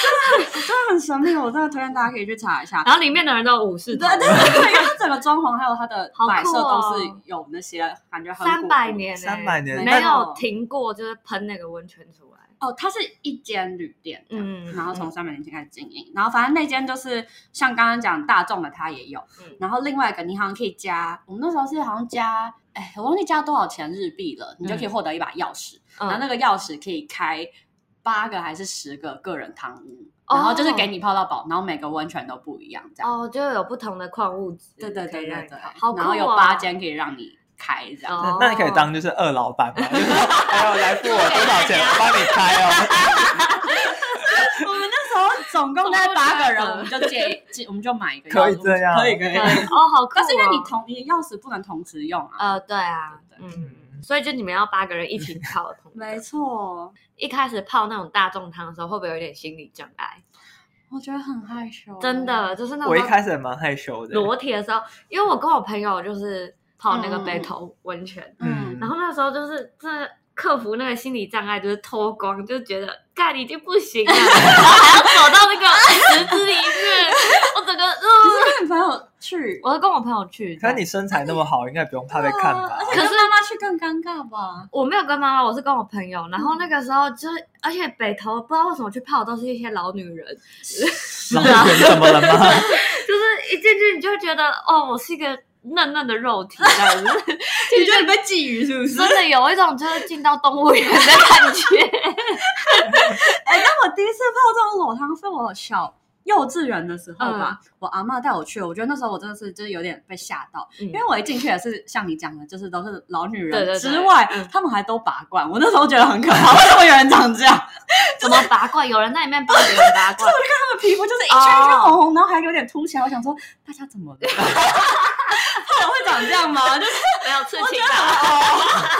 [SPEAKER 1] 真的真的很神秘，我真的推荐大家可以去查一下。
[SPEAKER 3] 然后里面的人都有武士
[SPEAKER 1] 对
[SPEAKER 3] 头，
[SPEAKER 1] 对对，因为它整个装潢还有它的
[SPEAKER 3] 好酷哦
[SPEAKER 1] 摆设都是有那些感觉很古
[SPEAKER 3] 三百年、欸，
[SPEAKER 2] 300年
[SPEAKER 3] 没有
[SPEAKER 1] 那
[SPEAKER 3] 停过，就是喷那个温泉出来。
[SPEAKER 1] 哦，它是一间旅店，嗯，
[SPEAKER 3] 嗯，
[SPEAKER 1] 然后从三百年前开始经营，然后反正那间就是像刚刚讲大众的它也有，
[SPEAKER 3] 嗯
[SPEAKER 1] 然后另外一个你好像可以加，我们那时候是好像加，哎，我忘记加多少钱日币了，你就可以获得一把钥匙，然后
[SPEAKER 3] 嗯
[SPEAKER 1] 那个钥匙可以开八个还是十个个人汤屋，
[SPEAKER 3] 哦
[SPEAKER 1] 然后就是给你泡到饱，然后每个温泉都不一样，这样。
[SPEAKER 3] 哦，就有不同的矿物质，
[SPEAKER 1] 对对对
[SPEAKER 3] 可以让
[SPEAKER 1] 对
[SPEAKER 3] 你
[SPEAKER 1] 对，
[SPEAKER 3] 烤好酷
[SPEAKER 1] 然
[SPEAKER 3] 哦！
[SPEAKER 1] 后有八，间可以让你开这样。
[SPEAKER 3] 哦
[SPEAKER 2] 那你可以当就是二老板嘛， 就是还有来付我多少钱，
[SPEAKER 3] 啊
[SPEAKER 2] 我帮你开哦。
[SPEAKER 1] 我们那时候总共大概八个人，我们就借借，我们就买一个钥匙，
[SPEAKER 2] 可以这样
[SPEAKER 1] 可以可以。
[SPEAKER 3] 对哦，好酷哦！
[SPEAKER 1] 可是因为你同你的钥匙不能同时用啊。
[SPEAKER 3] 呃，对啊，
[SPEAKER 1] 对
[SPEAKER 3] 嗯，所以就你们要八个人一起泡同一个，
[SPEAKER 1] 没错，
[SPEAKER 3] 一开始泡那种大众汤的时候，会不会有点心理障碍？
[SPEAKER 1] 我觉得很害羞，
[SPEAKER 3] 真。的，就是那种
[SPEAKER 2] 我一开始也蛮害羞的，
[SPEAKER 3] 裸体的时候，因为我跟我朋友就是泡那个
[SPEAKER 1] 嗯
[SPEAKER 3] 北头温泉，
[SPEAKER 1] 嗯
[SPEAKER 3] 然后那时候就是真的克服那个心理障碍，就是脱光，就觉得干已经不行 了，然后还要走到那个十字一面，我整个，
[SPEAKER 1] 你
[SPEAKER 3] 呃、
[SPEAKER 1] 是跟你朋友去，
[SPEAKER 3] 我是跟我朋友去，
[SPEAKER 2] 可是你身材那么好，应该不用怕被看 吧
[SPEAKER 1] 而？且跟妈妈去更尴尬吧？
[SPEAKER 3] 我没有跟妈妈，我是跟我朋友。然后那个时候就是，而且北投不知道为什么去泡都是一些老女人，
[SPEAKER 1] 啊
[SPEAKER 2] 然
[SPEAKER 3] 啊
[SPEAKER 2] 后你 怎么了吗？
[SPEAKER 3] 就是一进去你就会觉得，哦，我是一个嫩嫩的肉 体这样子，
[SPEAKER 1] 你觉得你被觊觎是不是？
[SPEAKER 3] 真的有一种就是进到动物园的感 觉。
[SPEAKER 1] 哎、但我第一次泡这种裸汤是我小幼稚园的时候吧，
[SPEAKER 3] 嗯
[SPEAKER 1] 我阿嬷带我去，我觉得那时候我真的是就是有点被吓到，
[SPEAKER 3] 嗯
[SPEAKER 1] 因为我一进去也是像你讲的，就是都是老女人
[SPEAKER 3] 对对对
[SPEAKER 1] 之外，
[SPEAKER 3] 嗯
[SPEAKER 1] 他们还都拔罐，我那时候觉得很可怕，为什么有人长这样？
[SPEAKER 3] 怎么拔罐？有人在里面帮别人拔罐，
[SPEAKER 1] 他们皮肤就是一圈一
[SPEAKER 3] 哦
[SPEAKER 1] 圈红红，然后还有点凸起来，我想说大家怎么了？泡了会长这样吗？就是
[SPEAKER 3] 没有刺
[SPEAKER 1] 我
[SPEAKER 3] 青
[SPEAKER 1] 觉得
[SPEAKER 3] 啊。
[SPEAKER 1] 很好。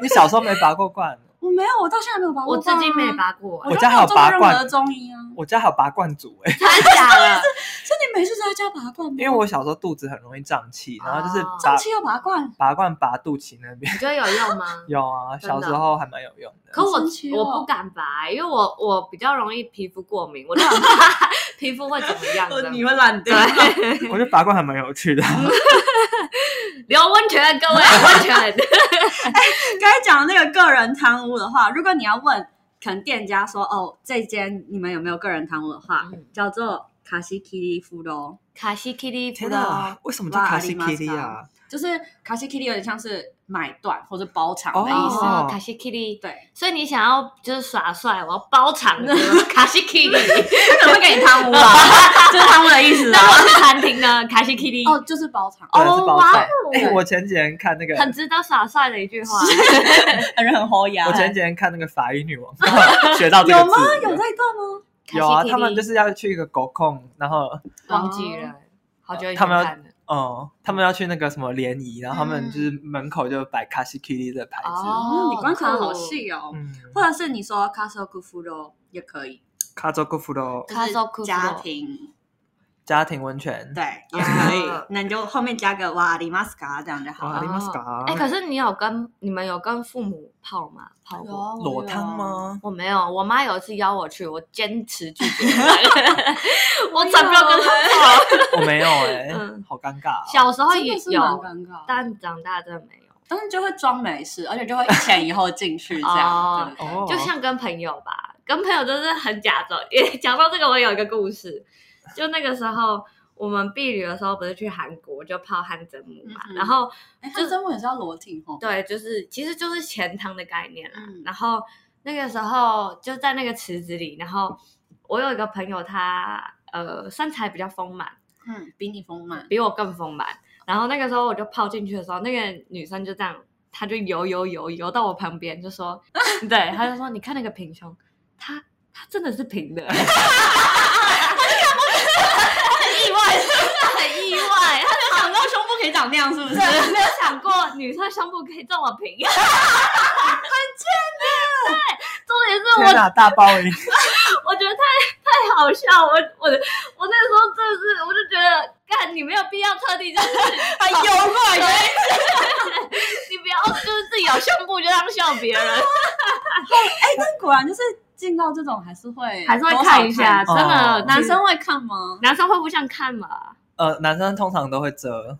[SPEAKER 2] 你小时候没拔过罐？哦
[SPEAKER 1] 我没有，我到现在没有拔过
[SPEAKER 3] 我
[SPEAKER 1] 罐
[SPEAKER 3] 至
[SPEAKER 1] 啊
[SPEAKER 3] 今没，拔过，欸
[SPEAKER 2] 我家还有
[SPEAKER 1] 就没
[SPEAKER 2] 拔
[SPEAKER 1] 有做过任何
[SPEAKER 2] 罐
[SPEAKER 1] 的，中医啊。
[SPEAKER 2] 我家还有拔罐组哎，
[SPEAKER 3] 真的假的？
[SPEAKER 1] 是你每次在家拔罐吗？
[SPEAKER 2] 因为我小时候肚子很容易胀气，然后就是
[SPEAKER 3] 哦
[SPEAKER 2] 拔
[SPEAKER 1] 中期有拔 罐，
[SPEAKER 2] 拔罐拔肚脐那 边。
[SPEAKER 3] 你觉得有用 吗？
[SPEAKER 2] 有啊，
[SPEAKER 3] 真的哦
[SPEAKER 2] 小时候还蛮有用的。
[SPEAKER 3] 可我
[SPEAKER 1] 神奇哦
[SPEAKER 3] 我不敢拔、因为我我比较容易皮肤过敏，我就很怕 皮肤会怎么 样
[SPEAKER 2] 哦
[SPEAKER 3] 的。
[SPEAKER 1] 会烂掉
[SPEAKER 3] 对，
[SPEAKER 2] 我觉得拔罐还蛮有趣的。
[SPEAKER 3] 嗯留温泉， 各位温泉。
[SPEAKER 1] 刚才讲的那个个人贪污的话，如果你要问，可能店家说哦，这间你们有没有个人贪污的话，
[SPEAKER 3] 嗯
[SPEAKER 1] 叫做卡西基利夫咯，
[SPEAKER 3] 卡西 Kitty
[SPEAKER 2] 天
[SPEAKER 3] 葡萄
[SPEAKER 2] 哪，，哦为什么叫卡西基利啊？
[SPEAKER 1] 就是卡西基利有点像是买断或者包场的意思。
[SPEAKER 3] 哦
[SPEAKER 2] 哦，
[SPEAKER 3] 卡西 Kitty。
[SPEAKER 1] 对，
[SPEAKER 3] 所以你想要就是耍帅，我要包场 的卡西 Kitty，
[SPEAKER 1] 他可能会给你贪污啊， 就是贪污的意思 啊
[SPEAKER 3] 那我是餐厅的卡西 Kitty。
[SPEAKER 1] 哦，就是包场，
[SPEAKER 2] 对是包
[SPEAKER 3] 哇
[SPEAKER 2] 场
[SPEAKER 3] 哦
[SPEAKER 2] 哎、我前几天看那个，
[SPEAKER 3] 很值得耍帅的一句话。
[SPEAKER 1] 很人很豁牙
[SPEAKER 3] 欸
[SPEAKER 1] 欸
[SPEAKER 2] 我前几天看那个法医女王， 然后学到这
[SPEAKER 1] 有
[SPEAKER 2] 个
[SPEAKER 1] 吗？
[SPEAKER 2] 字。
[SPEAKER 1] 有这一段吗？
[SPEAKER 2] 有啊，
[SPEAKER 3] 卡西 Kitty
[SPEAKER 2] 他们就是要去一个狗控，然后
[SPEAKER 3] 忘记了，好久以前
[SPEAKER 2] 他们要
[SPEAKER 3] 看的。
[SPEAKER 2] 嗯，他们要去那个什么联谊，然后他们
[SPEAKER 1] 嗯
[SPEAKER 2] 就是门口就摆卡西基利的牌子。
[SPEAKER 3] 哦
[SPEAKER 1] 嗯你观察得好细哦。
[SPEAKER 2] 嗯，
[SPEAKER 1] 或者是你说卡索库夫罗也可以，
[SPEAKER 2] 卡佐古夫的
[SPEAKER 1] 就是
[SPEAKER 3] Castle Kufuro
[SPEAKER 1] 家庭
[SPEAKER 2] 家庭温泉。
[SPEAKER 1] 对也可以。那你就后面加个哇里马斯卡这样就好
[SPEAKER 2] 哇
[SPEAKER 1] 了
[SPEAKER 2] 啊你。们是
[SPEAKER 3] 哦哎、可是你有跟你们有跟父母泡吗？泡过？
[SPEAKER 2] 裸汤？吗？
[SPEAKER 3] 我没有，我妈有一次邀我去，我坚持拒 绝，我才不要跟她泡。
[SPEAKER 2] 我没有哎、
[SPEAKER 3] 嗯
[SPEAKER 2] 好尴尬、哦。
[SPEAKER 3] 小时候
[SPEAKER 1] 真
[SPEAKER 3] 也
[SPEAKER 1] 的是蛮
[SPEAKER 3] 有，
[SPEAKER 1] 尴尬的，
[SPEAKER 3] 但长大真的没有，
[SPEAKER 1] 但是就会装没事，而且就会一前一后进去这
[SPEAKER 3] 哦
[SPEAKER 1] 样。对对对
[SPEAKER 2] 哦，
[SPEAKER 3] 就像跟朋友吧，跟朋友就是很假装。也讲到这个，我有一个故事，就那个时候我们避旅的时候，不是去韩国就泡汗蒸木嘛，
[SPEAKER 1] 嗯哼
[SPEAKER 3] 然后
[SPEAKER 1] 哎，他真的也是要裸体哦。
[SPEAKER 3] 对，就是其实就是钱汤的概念啦。
[SPEAKER 1] 嗯
[SPEAKER 3] 然后那个时候就在那个池子里，然后我有一个朋友他，呃身材比较丰满，
[SPEAKER 1] 嗯，比你丰 满。
[SPEAKER 3] 比我更丰满。然后那个时候我就泡进去的时候，那个女生就这样，她就游游游游到我旁边，就说， 对，她就说你看那个平胸，她她真的是平 的、欸
[SPEAKER 1] 意外，
[SPEAKER 3] 很意外，她
[SPEAKER 1] 长到胸部可以长那样，是不是？
[SPEAKER 3] 对，没有想过女生胸部可以这么平， 很贱的。对，重点
[SPEAKER 2] 天
[SPEAKER 3] 是我，
[SPEAKER 2] 哪，大爆音！
[SPEAKER 3] 我觉得太太好笑，我我我那时候真的是，我就觉得，干你没有必要特地就是
[SPEAKER 1] 还游过来，
[SPEAKER 3] 你不要就是自己有胸部就当笑别人，
[SPEAKER 1] 但果然就是进到这种还是会
[SPEAKER 3] 还是会
[SPEAKER 1] 多少
[SPEAKER 3] 看哦一下，真
[SPEAKER 2] 多
[SPEAKER 3] 的
[SPEAKER 2] 少看
[SPEAKER 1] 男
[SPEAKER 3] 男生
[SPEAKER 1] 生会看吗？
[SPEAKER 3] 男生会不想看嘛？
[SPEAKER 2] 呃，男生通常都会遮，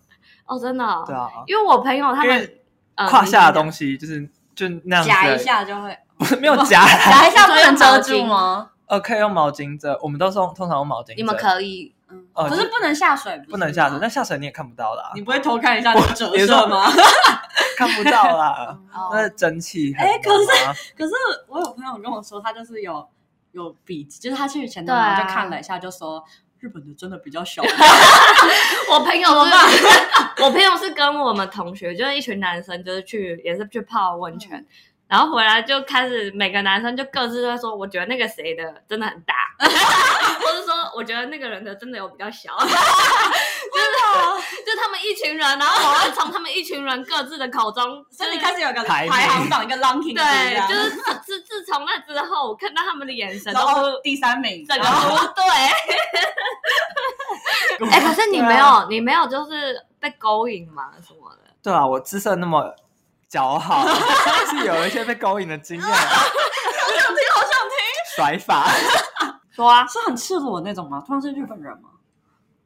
[SPEAKER 3] 哦，真的哦，
[SPEAKER 2] 对啊，
[SPEAKER 3] 因为我朋友他
[SPEAKER 2] 因
[SPEAKER 3] 们
[SPEAKER 2] 为
[SPEAKER 3] 呃
[SPEAKER 2] 胯下的
[SPEAKER 3] 西
[SPEAKER 2] 东西就是就那样子
[SPEAKER 1] 夹
[SPEAKER 2] 而
[SPEAKER 1] 一
[SPEAKER 2] 已，
[SPEAKER 1] 下就会， 哦
[SPEAKER 2] 没有夹，
[SPEAKER 1] 夹一下不
[SPEAKER 3] 所以
[SPEAKER 1] 能
[SPEAKER 3] 毛
[SPEAKER 1] 遮
[SPEAKER 3] 巾
[SPEAKER 1] 住吗？
[SPEAKER 2] 呃，可以用毛巾遮，我们都是用通常用毛巾遮，
[SPEAKER 3] 你们可以
[SPEAKER 1] 嗯，
[SPEAKER 2] 哦
[SPEAKER 1] 可是
[SPEAKER 2] 就
[SPEAKER 1] 不能下水，
[SPEAKER 2] 不能下水，
[SPEAKER 1] 水。
[SPEAKER 2] 那下水你也看不到啦
[SPEAKER 1] 你，不会偷看一下你的折
[SPEAKER 2] 别
[SPEAKER 1] 射
[SPEAKER 2] 说
[SPEAKER 1] 吗？
[SPEAKER 2] 看不到啦，
[SPEAKER 3] 哦
[SPEAKER 2] 那蒸汽很
[SPEAKER 1] 哎可是
[SPEAKER 2] 浓啊
[SPEAKER 1] 可是我有朋友跟我说，他就是有有笔记，就是他去前
[SPEAKER 3] 对啊
[SPEAKER 1] 台就看了一下，就说日本的真的比较 小。
[SPEAKER 3] 我朋友
[SPEAKER 1] 怎么
[SPEAKER 3] 是， 我朋友是跟我们同学，就是一群男生，就是去也是去泡温泉，
[SPEAKER 1] 嗯
[SPEAKER 3] 然后回来就开始每个男生就各自在说，我觉得那个谁的真的很 大，或者说我觉得那个人的真的有比较小， 就他们一群人，然后我会从他们一群人各自的口中，就
[SPEAKER 1] 所以
[SPEAKER 3] 是
[SPEAKER 1] 你开始有个
[SPEAKER 2] 排
[SPEAKER 1] 排
[SPEAKER 2] 名
[SPEAKER 1] 行榜，一个 ranking，
[SPEAKER 3] 对，就是自自自从那之后，我看到他们的眼神
[SPEAKER 1] 然
[SPEAKER 3] 都不
[SPEAKER 1] 后第三名，
[SPEAKER 3] 整个
[SPEAKER 1] 然后
[SPEAKER 3] 不对。哦 哎、可是你没有，你没有就是被勾引嘛什么的。
[SPEAKER 2] 对啊，我姿色那么姣好， 是有一些被勾引的经验，
[SPEAKER 1] 想听好想听，
[SPEAKER 2] 甩法。
[SPEAKER 3] 说啊，
[SPEAKER 1] 是很赤裸那种吗？通常是日本人吗？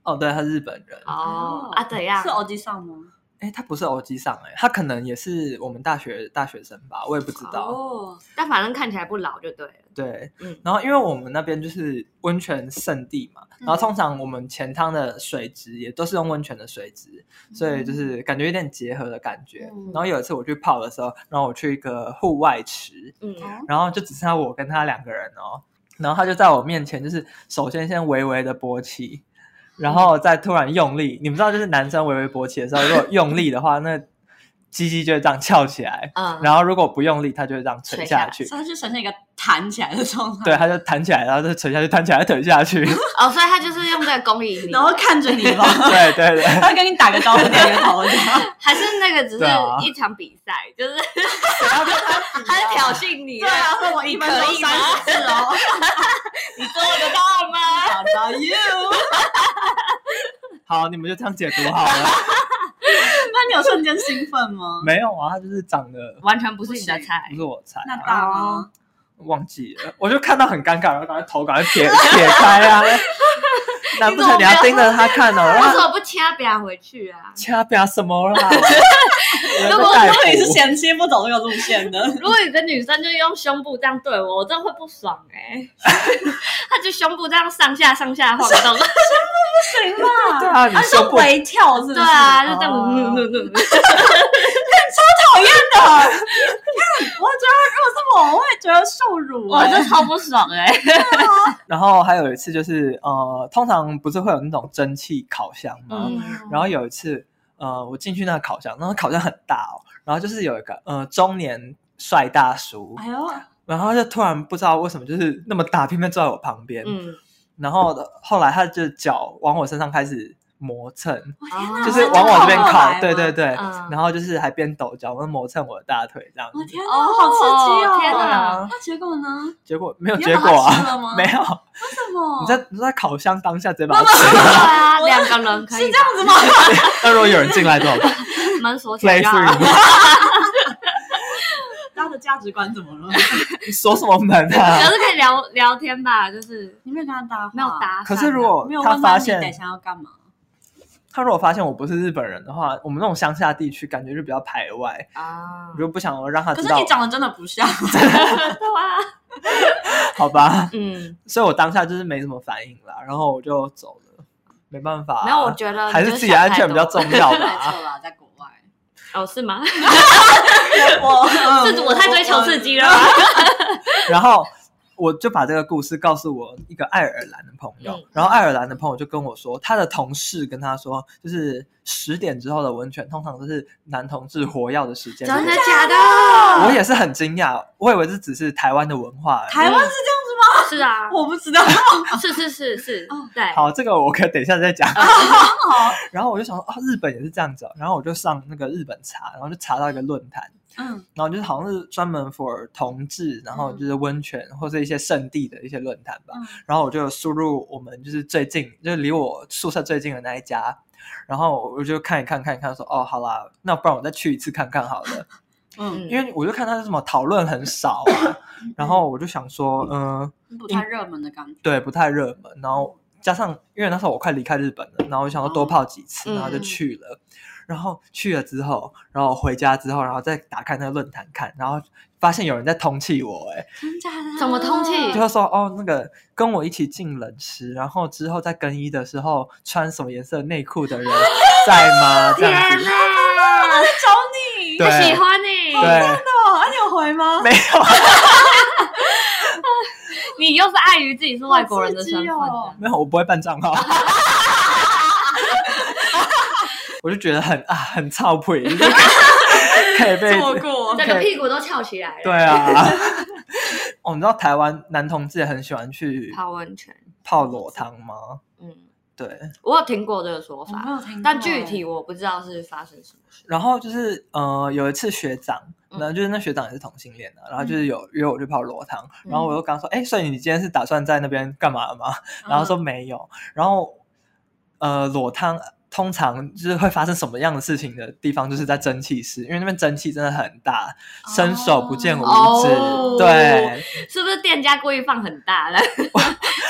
[SPEAKER 2] 哦，对，他是日本人，
[SPEAKER 3] 哦
[SPEAKER 1] 哦
[SPEAKER 3] 啊，怎样
[SPEAKER 1] 是？欧吉上吗？
[SPEAKER 2] 哎，他不是欧基上哎，他可能也是我们大学大学生吧，我也不知道。
[SPEAKER 1] 哦，
[SPEAKER 3] 但反正看起来不老就对了。
[SPEAKER 2] 对，
[SPEAKER 3] 嗯
[SPEAKER 2] 然后因为我们那边就是温泉圣地嘛，
[SPEAKER 1] 嗯
[SPEAKER 2] 然后通常我们前汤的水质也都是用温泉的水质，所以就是感觉有点结合的感觉。
[SPEAKER 1] 嗯
[SPEAKER 2] 然后有一次我去泡的时候，然后我去一个户外池，
[SPEAKER 3] 嗯，
[SPEAKER 2] 然后就只剩下我跟他两个人哦，然后他就在我面前，就是首先先微微的勃起，然后再突然用力，你们知道，就是男生微微勃起的时候，如果用力的话，那鸡鸡就会这样翘起来，
[SPEAKER 3] 嗯
[SPEAKER 2] 然后如果不用力，它就会这样
[SPEAKER 3] 垂
[SPEAKER 2] 沉
[SPEAKER 3] 下
[SPEAKER 2] 下
[SPEAKER 3] 来
[SPEAKER 2] 去。
[SPEAKER 1] 所以它就呈现一个弹起来的状态，
[SPEAKER 2] 对，啊它就弹起来，然后就 沉下去，弹起来，再沉下去。
[SPEAKER 3] 哦，所以他就是用这个勾引你，
[SPEAKER 1] 然后看着你吧，
[SPEAKER 2] 对对对，
[SPEAKER 1] 他跟你打个招呼，点个头这样。
[SPEAKER 3] 还是那个只是
[SPEAKER 2] 对啊
[SPEAKER 3] 一场比赛，就是
[SPEAKER 2] 然后就
[SPEAKER 3] 他是挑衅你，
[SPEAKER 1] 对啊，说我一分钟
[SPEAKER 3] 你可以吗
[SPEAKER 1] 三十次 哦，
[SPEAKER 3] 你做得到吗？
[SPEAKER 1] 打到 you。
[SPEAKER 2] 好，你们就这样解读好了。
[SPEAKER 1] 那你有瞬间兴奋吗？
[SPEAKER 2] 没有啊，它就是长得
[SPEAKER 3] 完全不是你的菜
[SPEAKER 2] 不。是我菜、
[SPEAKER 1] 那
[SPEAKER 2] 啊，
[SPEAKER 1] 大吗？
[SPEAKER 2] 忘记了，我就看到很尴尬，然后赶快头赶快撇撇开 啊。难不成你要盯着他看哦？
[SPEAKER 3] 为
[SPEAKER 2] 然
[SPEAKER 3] 什
[SPEAKER 2] 后
[SPEAKER 3] 么不掐表回去啊？
[SPEAKER 2] 掐表什么 啦？如
[SPEAKER 3] 果
[SPEAKER 1] 那你是嫌弃不走这个路线 的，
[SPEAKER 3] 如果有个女生就用胸部这样对我，我真的会不爽哎、 欸。她就胸部这样上下上下晃动，
[SPEAKER 1] 行吧？
[SPEAKER 2] 对 啊，你
[SPEAKER 1] 啊，你
[SPEAKER 2] 胸
[SPEAKER 1] 说
[SPEAKER 2] 部
[SPEAKER 1] 微跳是不是？
[SPEAKER 3] 对啊，就这样，
[SPEAKER 2] 哦
[SPEAKER 3] 嗯嗯嗯嗯
[SPEAKER 1] 真的。看，我觉得如果是我，我会觉得受辱
[SPEAKER 3] 我
[SPEAKER 1] 欸。
[SPEAKER 3] 这超不爽哎、
[SPEAKER 2] 然后还有一次就是呃，通常不是会有那种蒸汽烤箱吗？
[SPEAKER 1] 嗯
[SPEAKER 2] 然后有一次呃，我进去那个烤箱，那个烤箱很大哦，然后就是有一个呃中年帅大叔，
[SPEAKER 1] 哎呦，
[SPEAKER 2] 然后他就突然不知道为什么就是那么大，偏偏坐在我旁边，
[SPEAKER 3] 嗯，
[SPEAKER 2] 然后后来他就脚往我身上开始磨蹭，
[SPEAKER 1] 我天哪！
[SPEAKER 2] 就是
[SPEAKER 1] 真的
[SPEAKER 2] 往我这边
[SPEAKER 1] 啊靠过来
[SPEAKER 2] 靠，
[SPEAKER 1] 吗
[SPEAKER 2] 对对。对，
[SPEAKER 3] 嗯
[SPEAKER 2] 然后就是还边抖脚，然后磨蹭我的大腿这样子
[SPEAKER 1] 我，天哪，
[SPEAKER 3] 哦
[SPEAKER 1] 好刺激哦！
[SPEAKER 3] 天哪
[SPEAKER 2] 哪
[SPEAKER 1] 那结果呢？
[SPEAKER 2] 结果没有
[SPEAKER 1] 你
[SPEAKER 2] 结
[SPEAKER 1] 又
[SPEAKER 2] 果
[SPEAKER 1] 把它吃
[SPEAKER 2] 啊，
[SPEAKER 1] 了吗？
[SPEAKER 2] 没有，
[SPEAKER 3] 哦
[SPEAKER 1] 为什么？
[SPEAKER 2] 你在你在烤箱当下直接把它吃
[SPEAKER 3] 对
[SPEAKER 2] 了，
[SPEAKER 3] 啊，两个人可以
[SPEAKER 1] 是这样子吗？
[SPEAKER 2] 那如果有人进来 怎么办
[SPEAKER 3] 吧门锁起来
[SPEAKER 2] ？Play
[SPEAKER 3] 就好了。
[SPEAKER 2] free，
[SPEAKER 1] 大家的价值观怎么了？
[SPEAKER 2] 你锁什么门
[SPEAKER 3] 可
[SPEAKER 2] 啊？
[SPEAKER 3] 是可以聊聊天吧，就是
[SPEAKER 1] 你没有跟他搭话，
[SPEAKER 3] 没有，搭讪。
[SPEAKER 2] 可是如果
[SPEAKER 1] 没有
[SPEAKER 2] 他
[SPEAKER 1] 问
[SPEAKER 2] 发
[SPEAKER 1] 他你
[SPEAKER 2] 现
[SPEAKER 1] 等一下要干嘛？
[SPEAKER 2] 他如果发现我不是日本人的话，我们那种乡下地区感觉就比较排外，
[SPEAKER 3] 啊
[SPEAKER 2] 我，就不想让他
[SPEAKER 1] 可
[SPEAKER 2] 知
[SPEAKER 1] 是
[SPEAKER 2] 道
[SPEAKER 1] 你，长得真的不像，
[SPEAKER 3] 对啊，
[SPEAKER 2] 好吧？
[SPEAKER 3] 嗯，
[SPEAKER 2] 所以我当下就是没什么反应啦，然后我就走了，没办法啊、
[SPEAKER 3] 没有，我觉得
[SPEAKER 2] 还
[SPEAKER 3] 你
[SPEAKER 2] 是
[SPEAKER 3] 就
[SPEAKER 2] 自己
[SPEAKER 3] 想
[SPEAKER 2] 安
[SPEAKER 3] 太
[SPEAKER 2] 全比较
[SPEAKER 3] 多
[SPEAKER 2] 重要
[SPEAKER 1] 没
[SPEAKER 2] 吧。
[SPEAKER 1] 错啦，在国外。
[SPEAKER 3] 哦，是吗？
[SPEAKER 1] 我
[SPEAKER 2] 嗯
[SPEAKER 3] 是我太追求刺激了吧。
[SPEAKER 2] 然后我就把这个故事告诉我一个爱尔兰的朋友，
[SPEAKER 3] 嗯
[SPEAKER 2] 然后爱尔兰的朋友就跟我说，他的同事跟他说，就是十点之后的温泉通常都是男同志活跃的时间。
[SPEAKER 3] 真的
[SPEAKER 2] 对
[SPEAKER 3] 假的？
[SPEAKER 2] 我也是很惊讶，我以为这只是台湾的文化而已。
[SPEAKER 1] 台湾
[SPEAKER 3] 是
[SPEAKER 1] 是
[SPEAKER 3] 啊
[SPEAKER 1] 这样，，我不知道。
[SPEAKER 3] 是是是是
[SPEAKER 1] 哦，
[SPEAKER 3] 对，哦
[SPEAKER 2] 好，这个我可以等一下再讲。 然后我就想说啊，日本也是这样子哦、然后我就上那个日本查，然后就查到一个论坛，
[SPEAKER 1] 嗯，
[SPEAKER 2] 然后就是好像是专门 for 同志，然后就是温泉或是一些圣地的一些论坛吧。
[SPEAKER 1] 嗯
[SPEAKER 2] 然后我就输入我们就是最近，就是离我宿舍最近的那一家，然后我就看一看看一看说，哦，好啦，那不然我再去一次看看好了。
[SPEAKER 1] 嗯，
[SPEAKER 2] 因为我就看他是什么讨论很少啊，然后我就想说，嗯、
[SPEAKER 1] 不太热门的感觉。
[SPEAKER 2] 对，不太热门。然后加上因为那时候我快离开日本了，然后我想要多
[SPEAKER 1] 哦
[SPEAKER 2] 泡几次，
[SPEAKER 3] 嗯
[SPEAKER 2] 然后就去了。然后去了之后，然后我回家之后，然后再打开那个论坛看，然后发现有人在通气我、欸，
[SPEAKER 1] 真假的？啊
[SPEAKER 3] 怎么通气
[SPEAKER 2] 就
[SPEAKER 1] 就是
[SPEAKER 2] 说哦，那个跟我一起进冷池，然后之后在更衣的时候穿什么颜色内 裤的人在吗？这
[SPEAKER 3] 天
[SPEAKER 2] 样子，
[SPEAKER 3] 哪，
[SPEAKER 1] 找你，
[SPEAKER 2] 对
[SPEAKER 3] 他喜欢你，
[SPEAKER 2] 对，
[SPEAKER 1] 哦，啊，你有回吗？
[SPEAKER 2] 没有，啊
[SPEAKER 3] 你又是碍于自己是外国人的身份
[SPEAKER 1] 好刺
[SPEAKER 3] 的，
[SPEAKER 2] 没有，我不会办账号。 我就觉得很啊，很操配，就是可以 被
[SPEAKER 1] 错过
[SPEAKER 3] 整个屁股都翘起来了。
[SPEAKER 2] 对，啊，哦，你知道台湾男同志也很喜欢去
[SPEAKER 3] 泡温泉，
[SPEAKER 2] 泡裸汤吗？
[SPEAKER 3] 嗯，
[SPEAKER 2] 对，
[SPEAKER 3] 我有听过这个说
[SPEAKER 1] 我
[SPEAKER 3] 法
[SPEAKER 1] 没，有听过，
[SPEAKER 3] 但具体我不知道是发生什么事。
[SPEAKER 2] 然后就是呃，有一次学长，
[SPEAKER 3] 嗯
[SPEAKER 2] 然后就是那学长也是同性恋的、然后就是有约我去泡裸汤，然后我
[SPEAKER 3] 嗯
[SPEAKER 2] 又跟他说，哎、所以你今天是打算在那边干嘛吗？
[SPEAKER 1] 嗯
[SPEAKER 2] 然后说没有，然后呃，裸汤通常就是会发生什么样的事情的地方，就是在蒸汽室，因为那边蒸汽真的很大，伸手不见五指，
[SPEAKER 3] 哦
[SPEAKER 2] 对，
[SPEAKER 3] 是不是店家故意放很大了？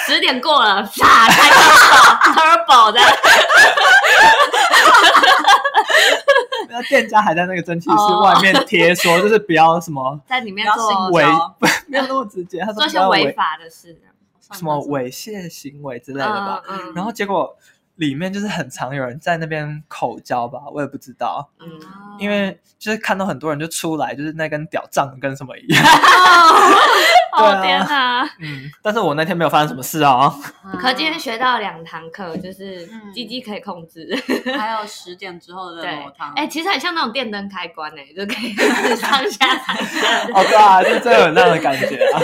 [SPEAKER 3] 十点过了，啪开 turbo turbo 的，
[SPEAKER 2] 那店家还在那个蒸汽室
[SPEAKER 3] 哦
[SPEAKER 2] 外面贴说，就是不要什么。
[SPEAKER 3] 在里面
[SPEAKER 1] 不要
[SPEAKER 3] 做
[SPEAKER 1] 信
[SPEAKER 2] 违
[SPEAKER 1] 哦
[SPEAKER 2] 没有那么直接，他
[SPEAKER 3] 做
[SPEAKER 2] 说
[SPEAKER 3] 一
[SPEAKER 2] 不
[SPEAKER 3] 些
[SPEAKER 2] 要
[SPEAKER 3] 违法的事，
[SPEAKER 2] 什么猥亵行为之类的吧。
[SPEAKER 3] 嗯嗯嗯
[SPEAKER 2] 然后结果里面就是很常有人在那边口交吧，我也不知道，
[SPEAKER 3] 嗯，
[SPEAKER 2] 因为就是看到很多人就出来，就是那根屌胀得跟什么一样。 对
[SPEAKER 3] 哦
[SPEAKER 2] 啊
[SPEAKER 3] 天哪！
[SPEAKER 2] 嗯，但是我那天没有发生什么事哦。
[SPEAKER 3] 可今天学到两堂课，就是
[SPEAKER 1] 嗯
[SPEAKER 3] 鸡鸡可以控制，
[SPEAKER 1] 还有十点之后的
[SPEAKER 3] 对
[SPEAKER 1] 裸汤，，
[SPEAKER 3] 哎、其实很像那种电灯开关哎、就可 以上下上下。
[SPEAKER 2] 哦，对啊，就真的有那样的感觉 啊。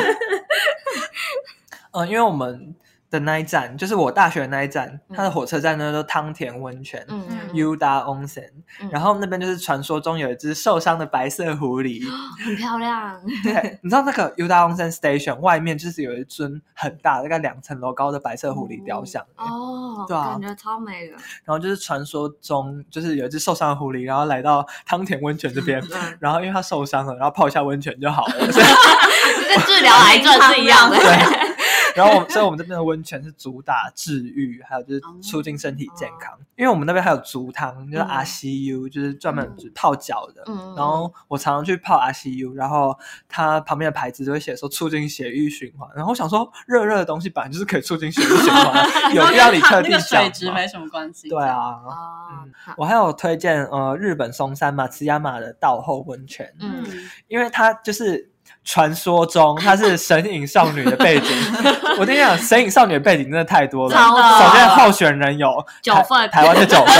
[SPEAKER 2] 嗯，因为我们的那一站就是我大学的那一站，它的火车站呢都汤田温泉。
[SPEAKER 3] 嗯
[SPEAKER 1] 嗯
[SPEAKER 2] Uda Onsen，、
[SPEAKER 3] 嗯
[SPEAKER 2] 然后那边就是传说中有一只受伤的白色 狐狸，
[SPEAKER 3] 嗯很漂亮，
[SPEAKER 2] 对，你知道那个 Uda Onsen Station 外面就是有一尊很大，大概两层楼高的白色狐狸雕像，
[SPEAKER 3] 哦，
[SPEAKER 2] 对啊
[SPEAKER 3] 感觉超美的。
[SPEAKER 2] 然后就是传说中就是有一只受伤的狐狸，然后来到汤田温泉这 边，
[SPEAKER 3] 嗯，
[SPEAKER 2] 然后因为它受伤了，然后泡一下温泉就好 了。所以
[SPEAKER 3] 跟治疗癌症是一样的。
[SPEAKER 2] 对，然后我们所以我们这边的温泉是主打治愈，还有就是促进身体健康，因为我们那边还有足汤，就是
[SPEAKER 3] 哦嗯
[SPEAKER 2] RCU，、就是专门泡脚的。
[SPEAKER 3] 嗯，
[SPEAKER 2] 然后我常常去泡 RCU，然后它旁边的牌子就会写说促进血液循环。然后我想说，热热的东西本来就是可以促进血液循 环，啊有必要你特地
[SPEAKER 1] 那个
[SPEAKER 2] 讲
[SPEAKER 1] 水质
[SPEAKER 2] 吗
[SPEAKER 1] 没什么关系。
[SPEAKER 2] 对，啊，
[SPEAKER 3] 哦，好
[SPEAKER 2] 我还有推荐呃日本松山马茨亚马的道后温泉，
[SPEAKER 1] 嗯
[SPEAKER 3] 嗯，
[SPEAKER 2] 因为它就是传说中它是神隐少女的背 景。我跟你讲，神隐少女的背景真的太多了。
[SPEAKER 3] 超
[SPEAKER 1] 多
[SPEAKER 2] 首先候选人有
[SPEAKER 3] 九
[SPEAKER 2] 台
[SPEAKER 3] 份
[SPEAKER 2] 台湾的九 份，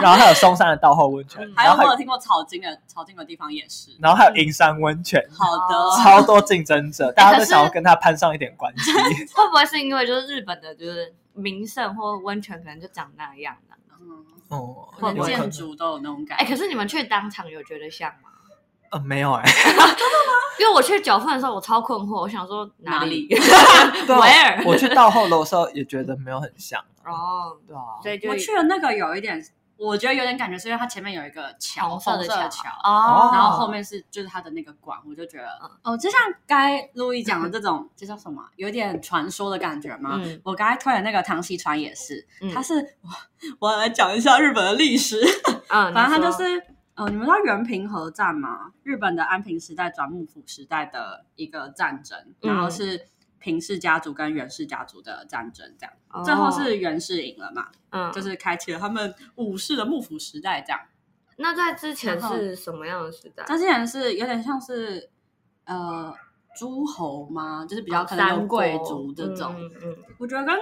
[SPEAKER 2] 然后还有松山的道后温泉，
[SPEAKER 3] 嗯
[SPEAKER 1] 还
[SPEAKER 2] 然
[SPEAKER 1] 有
[SPEAKER 2] 后还
[SPEAKER 1] 我
[SPEAKER 2] 有
[SPEAKER 1] 有听过草金的草金的地方也是。
[SPEAKER 2] 然后还有银山温泉。
[SPEAKER 1] 好
[SPEAKER 3] 哦
[SPEAKER 1] 的，
[SPEAKER 2] 超多竞争者，
[SPEAKER 1] 哎
[SPEAKER 2] 大家
[SPEAKER 3] 可
[SPEAKER 2] 都
[SPEAKER 3] 是
[SPEAKER 2] 想要跟他攀上一点关系。
[SPEAKER 3] 会不会是因为就是日本的就是名胜或温泉可能就长那样的？
[SPEAKER 1] 嗯，
[SPEAKER 2] 哦，
[SPEAKER 1] 可
[SPEAKER 2] 有
[SPEAKER 1] 能
[SPEAKER 2] 可
[SPEAKER 1] 建
[SPEAKER 2] 能，
[SPEAKER 1] 筑都有那种感
[SPEAKER 3] 哎、
[SPEAKER 1] 觉。
[SPEAKER 3] 可是你们去当场有觉得像吗？
[SPEAKER 2] 呃，没有 哎，
[SPEAKER 3] 因为我去九份的时候，我超困惑，我想说
[SPEAKER 1] 哪
[SPEAKER 3] 里
[SPEAKER 1] 里？
[SPEAKER 2] 对啊
[SPEAKER 3] Where？
[SPEAKER 2] 我去到后楼的时候也觉得没有很像，
[SPEAKER 3] 哦，
[SPEAKER 2] 对啊，
[SPEAKER 3] 所以就
[SPEAKER 1] 我去的那个有一点，我觉得有点感觉，是因为它前面有一个桥，
[SPEAKER 3] 红
[SPEAKER 1] 红
[SPEAKER 3] 色
[SPEAKER 1] 色
[SPEAKER 3] 的
[SPEAKER 1] 的
[SPEAKER 3] 桥
[SPEAKER 1] 桥，
[SPEAKER 3] 哦，嗯
[SPEAKER 1] 然后后面是就是它的那个馆，我就觉得哦，就像刚才路易讲的 这种，这叫什么？有点传说的感觉吗？
[SPEAKER 3] 嗯
[SPEAKER 1] 我刚才推的那个唐西川也是，
[SPEAKER 3] 嗯
[SPEAKER 1] 它是我我来讲一下日本的历史，
[SPEAKER 3] 嗯，
[SPEAKER 1] 反正它
[SPEAKER 3] 你
[SPEAKER 1] 就
[SPEAKER 3] 说
[SPEAKER 1] 是。呃，你们知道原平和战吗？日本的安平时代转幕府时代的一个战争，然后
[SPEAKER 3] 嗯
[SPEAKER 1] 是平氏家族跟源氏家族的战争，这样、最后是源氏赢了嘛，
[SPEAKER 3] 哦嗯，
[SPEAKER 1] 就是开启了他们武士的幕府时代，这样。
[SPEAKER 3] 那在之前
[SPEAKER 1] 然后
[SPEAKER 3] 是什么样的时代？
[SPEAKER 1] 他之前是有点像是呃诸侯吗？就是比较可能
[SPEAKER 3] 哦三
[SPEAKER 1] 有
[SPEAKER 3] 国
[SPEAKER 1] 贵族这种，
[SPEAKER 3] 嗯嗯
[SPEAKER 1] 我觉得跟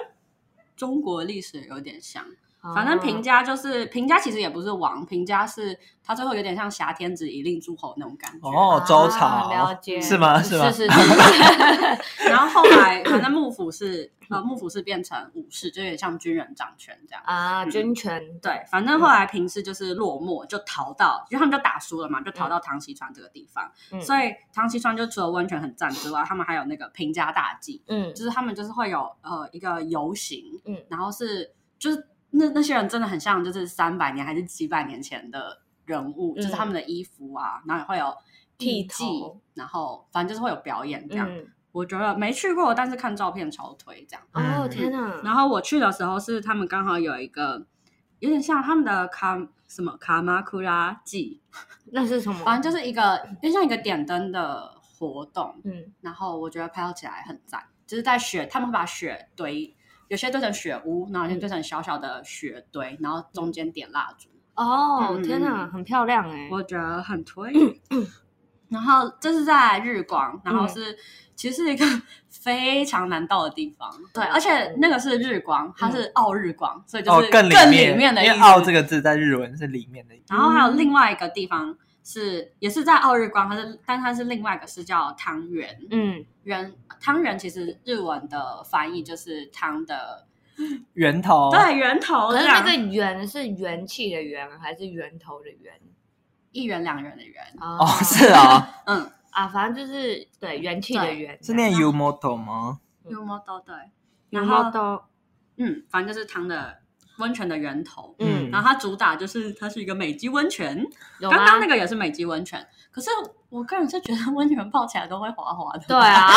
[SPEAKER 1] 中国历史有点像。
[SPEAKER 3] 嗯
[SPEAKER 1] 反正平
[SPEAKER 3] 哦
[SPEAKER 1] 家就是平家，其实也不是王，平家是他最后有点像挟天子以令诸侯那种感觉。
[SPEAKER 2] 哦，周
[SPEAKER 3] 啊了
[SPEAKER 2] 朝
[SPEAKER 3] 解
[SPEAKER 2] 是吗？是吗？
[SPEAKER 3] 是 是，
[SPEAKER 1] 然后后来反正幕府是呃幕府是变成武士，就有点像军人掌权这样。
[SPEAKER 3] 啊，军权
[SPEAKER 1] 嗯对，反正后来平氏就是落寞，就逃到，因为他们就打输了嘛，就逃到唐西川这个地方。
[SPEAKER 3] 嗯
[SPEAKER 1] 所以唐西川就除了温泉很赞之外，他们还有那个平家大祭，
[SPEAKER 3] 嗯
[SPEAKER 1] 就是他们就是会有呃一个游行，
[SPEAKER 3] 嗯
[SPEAKER 1] 然后是就是那那些人真的很像就是三百年还是几百年前的人物，就是他们的衣服啊，然后也会有
[SPEAKER 3] 嗯剃
[SPEAKER 1] 技
[SPEAKER 3] 头，
[SPEAKER 1] 然后反正就是会有表演这样。
[SPEAKER 3] 嗯，
[SPEAKER 1] 我觉得没去过，但是看照片超推这样。
[SPEAKER 3] 哦
[SPEAKER 2] 嗯
[SPEAKER 3] 天哪，
[SPEAKER 1] 然后我去的时候是他们刚好有一个有点像他们的卡什么卡马库拉祭，
[SPEAKER 3] 那是什么？
[SPEAKER 1] 反正就是一个有点像一个点灯的活动，
[SPEAKER 3] 嗯，
[SPEAKER 1] 然后我觉得拍照起来很赞，就是在雪，他们会把雪堆，有些堆成雪屋，然后有些堆成小小的雪堆，然后中间点蜡烛，
[SPEAKER 3] 哦
[SPEAKER 1] 嗯
[SPEAKER 3] 天哪，
[SPEAKER 1] 嗯
[SPEAKER 3] 很漂亮哎，
[SPEAKER 1] 我觉得很推。 嗯然后这是在日光，然后是、其实是一个非常难到的地方，对，而且那个是日光，它是奥日光，所以啊就
[SPEAKER 2] 哦
[SPEAKER 1] 是，
[SPEAKER 2] 更
[SPEAKER 1] 里面,、
[SPEAKER 2] 面，
[SPEAKER 1] 的意
[SPEAKER 2] 因为“
[SPEAKER 1] 思。
[SPEAKER 2] 奥”这个字在日文是里面的意思。
[SPEAKER 1] 然后还有另外一个地方是、也是在奥日光，它是但它是另外一个是叫汤圆，
[SPEAKER 3] 嗯，
[SPEAKER 1] 圆汤圆其实日文的翻译就是汤的、
[SPEAKER 2] 源头，
[SPEAKER 1] 哦对啊源头，
[SPEAKER 3] 可是那
[SPEAKER 1] 这
[SPEAKER 3] 个
[SPEAKER 1] 样
[SPEAKER 3] 元是元气的元还是源头的源？
[SPEAKER 1] 一元两元的元，
[SPEAKER 2] 哦
[SPEAKER 3] 哦，
[SPEAKER 2] 是啊，
[SPEAKER 1] 嗯，
[SPEAKER 3] 啊，反正就是对元气的元，
[SPEAKER 2] 是念 “u moto” 吗？
[SPEAKER 3] 嗯
[SPEAKER 1] 幽默都对，
[SPEAKER 3] 然
[SPEAKER 1] 然
[SPEAKER 3] 后
[SPEAKER 1] 后
[SPEAKER 3] 都
[SPEAKER 1] 嗯，反正就是汤的温泉的源头。
[SPEAKER 3] 嗯
[SPEAKER 2] 嗯
[SPEAKER 1] 然后它主打就是它是一个美肌温泉，
[SPEAKER 3] 有
[SPEAKER 1] 刚刚
[SPEAKER 3] 吗
[SPEAKER 1] 那？个也是美肌温泉，可是我个人是觉得温泉泡起来都会滑滑的。
[SPEAKER 3] 对， 啊，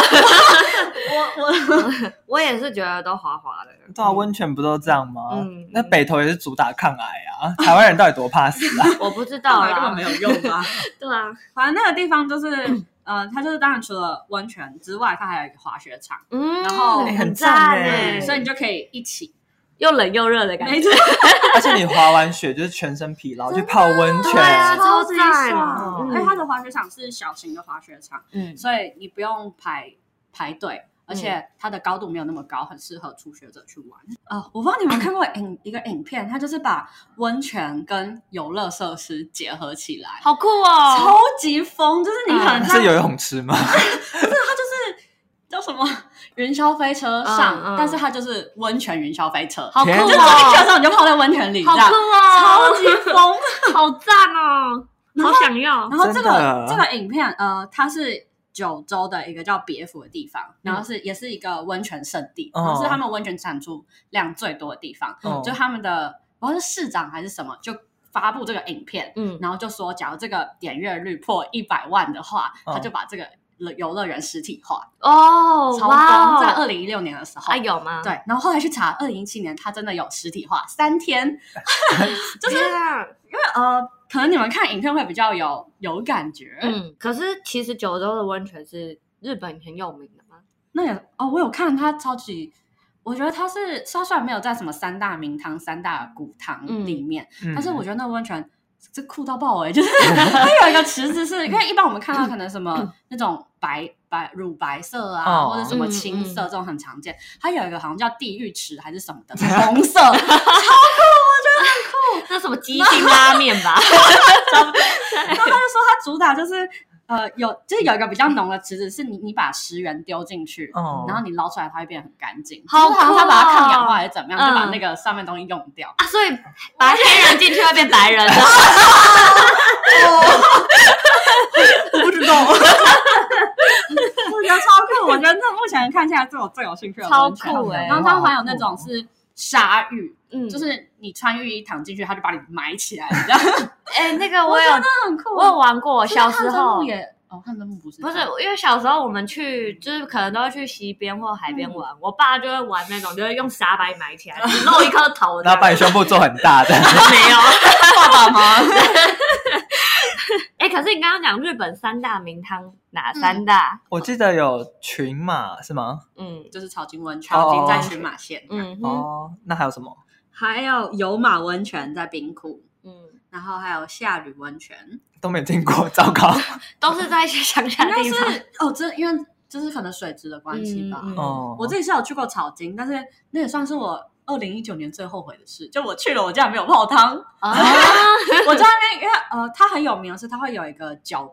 [SPEAKER 3] 我我我也是觉得都滑滑的，
[SPEAKER 2] 对啊，
[SPEAKER 1] 嗯
[SPEAKER 2] 温泉不都这样吗？
[SPEAKER 3] 嗯
[SPEAKER 2] 那北投也是主打抗癌啊，台湾人到底多怕死 啊？
[SPEAKER 3] 我不知道
[SPEAKER 1] 到来根本
[SPEAKER 3] 啦
[SPEAKER 1] 没，有用吧？
[SPEAKER 3] 对啊，
[SPEAKER 1] 反正那个地方就是，
[SPEAKER 3] 嗯
[SPEAKER 1] 呃，它就是当然除了温泉之外，它还有一个滑雪场，
[SPEAKER 3] 嗯，
[SPEAKER 1] 然后
[SPEAKER 2] 哎
[SPEAKER 3] 很
[SPEAKER 2] 很赞
[SPEAKER 3] 赞
[SPEAKER 2] 哎
[SPEAKER 3] 哎，
[SPEAKER 1] 所以你就可以一起。
[SPEAKER 3] 又冷又热的感觉，
[SPEAKER 1] 没错，
[SPEAKER 2] 而且你滑完雪就是全身疲劳，去泡温泉
[SPEAKER 3] 对，啊超
[SPEAKER 1] 级
[SPEAKER 3] 赞
[SPEAKER 1] 爽。
[SPEAKER 3] 嗯
[SPEAKER 1] 因为它的滑雪场是小型的滑雪场，
[SPEAKER 3] 嗯，
[SPEAKER 1] 所以你不用排排队。而且它的高度没有那么高，很适合初学者去玩。呃，我不知道你们有没有看过影一个影片，它就是把温泉跟游乐设施结合起来，
[SPEAKER 3] 好酷哦，
[SPEAKER 1] 超级疯！就是你可能
[SPEAKER 3] 嗯
[SPEAKER 1] 在
[SPEAKER 2] 是游泳池吗？
[SPEAKER 1] 啊叫什么 云霄飞车上，
[SPEAKER 3] 嗯嗯
[SPEAKER 1] 但是它就是温泉云霄飞车，
[SPEAKER 3] 好酷
[SPEAKER 2] 天
[SPEAKER 1] 就是你去的
[SPEAKER 3] 哦，
[SPEAKER 1] 时候你就泡在温泉里，
[SPEAKER 3] 好
[SPEAKER 1] 这样
[SPEAKER 3] 酷
[SPEAKER 1] 超
[SPEAKER 3] 哦，
[SPEAKER 1] 级疯。
[SPEAKER 3] 好赞哦，
[SPEAKER 1] 然
[SPEAKER 3] 好
[SPEAKER 1] 后
[SPEAKER 3] 想要
[SPEAKER 1] 然，后这
[SPEAKER 2] 真的
[SPEAKER 1] 个这个影片，呃，它是九州的一个叫别府的地方，
[SPEAKER 3] 嗯
[SPEAKER 1] 然后是也是一个温泉圣地，
[SPEAKER 2] 哦
[SPEAKER 1] 然后是他们温泉产出量最多的地方，
[SPEAKER 2] 嗯
[SPEAKER 3] 哦
[SPEAKER 1] 就他们的不知道是市长还是什么就。发布这个影片，
[SPEAKER 3] 嗯
[SPEAKER 1] 然后就说，假如这个点阅率破一百万的话，
[SPEAKER 2] 嗯
[SPEAKER 1] 他就把这个游乐园实体化。
[SPEAKER 3] 哦，
[SPEAKER 1] 超
[SPEAKER 3] 哇
[SPEAKER 1] 疯，
[SPEAKER 3] 哦，
[SPEAKER 1] 在二零一六年的时候，
[SPEAKER 3] 啊有吗？
[SPEAKER 1] 对，然后后来去查，二零一七年它真的有实体化三天，
[SPEAKER 3] 就是
[SPEAKER 1] 呃，可能你们看影片会比较有有感觉。
[SPEAKER 3] 嗯，可是其实九州的温泉是日本很有名的吗？
[SPEAKER 1] 那也哦，我有看它超级，我觉得它是它虽然没有在什么三大名汤、三大古汤
[SPEAKER 3] 嗯
[SPEAKER 1] 里面，
[SPEAKER 2] 嗯
[SPEAKER 1] 但是我觉得那温泉。这酷到爆哎、 欸！就是它有一个池子是，因为一般我们看到可能什么那种白白乳白色啊，
[SPEAKER 2] 哦
[SPEAKER 1] 或者什么
[SPEAKER 3] 嗯
[SPEAKER 1] 青色
[SPEAKER 3] 嗯
[SPEAKER 1] 这种很常见。它有一个好像叫地狱池还是什么 的，红色，
[SPEAKER 3] 哦那什么 鸡精拉面吧？
[SPEAKER 1] 然后他就说他主打就是呃有就是有一个比较浓的池子，是你你把十元丢进去。
[SPEAKER 2] 哦，
[SPEAKER 1] 然后你捞出来，它会变得很干净。
[SPEAKER 3] 好
[SPEAKER 1] 就是好像他把它抗氧化
[SPEAKER 3] 酷哦
[SPEAKER 1] 还是怎么样，就把
[SPEAKER 3] 嗯
[SPEAKER 1] 那个上面东西用掉。
[SPEAKER 3] 啊，所以白黑人进去会变白人 的，
[SPEAKER 2] 我不知道，
[SPEAKER 1] 我觉得超酷，我觉得这目前看起来是我最有兴趣的
[SPEAKER 3] 超
[SPEAKER 1] 温泉
[SPEAKER 3] 酷哎、
[SPEAKER 1] 欸然后它还有那种是鲨鱼，
[SPEAKER 3] 嗯，就
[SPEAKER 1] 就是是你穿浴衣躺进去，它就把你埋起 来，你知道吗？
[SPEAKER 3] 哎、那个我有
[SPEAKER 1] 很酷欸
[SPEAKER 3] 我有玩过，小时
[SPEAKER 1] 汗蒸
[SPEAKER 3] 候
[SPEAKER 1] 木也哦，汗蒸木不是
[SPEAKER 3] 不是
[SPEAKER 1] 它
[SPEAKER 3] 因为小时候我们去就是可能都会去溪边或海边玩，我爸就会玩那种，就是用沙白埋起来，只露一颗头的，
[SPEAKER 2] 然后把你胸部做很大的，
[SPEAKER 3] 没有。
[SPEAKER 1] 爸爸吗？
[SPEAKER 3] 哎、可是你刚刚讲日本三大名汤哪三大？
[SPEAKER 2] 我记得有群马是吗？
[SPEAKER 3] 嗯
[SPEAKER 1] 就是草金温泉，
[SPEAKER 2] 哦
[SPEAKER 1] 金在群马县。嗯，
[SPEAKER 3] 嗯哼
[SPEAKER 2] 哦，那还有什么？
[SPEAKER 1] 还有有马温泉在冰库，
[SPEAKER 3] 嗯，
[SPEAKER 1] 然后还有夏吕温泉，
[SPEAKER 2] 都没听过，糟糕。
[SPEAKER 3] 都是在一些乡下地方。
[SPEAKER 1] 哦，这因为就是可能水质的关系吧。
[SPEAKER 3] 嗯嗯
[SPEAKER 2] 哦，
[SPEAKER 1] 我自己是有去过草金，但是那也算是我二零一九年最后悔的事，就我去了，我竟然没有泡汤。
[SPEAKER 3] 啊，
[SPEAKER 1] 我在那边，因为呃，它很有名的是它会有一个搅，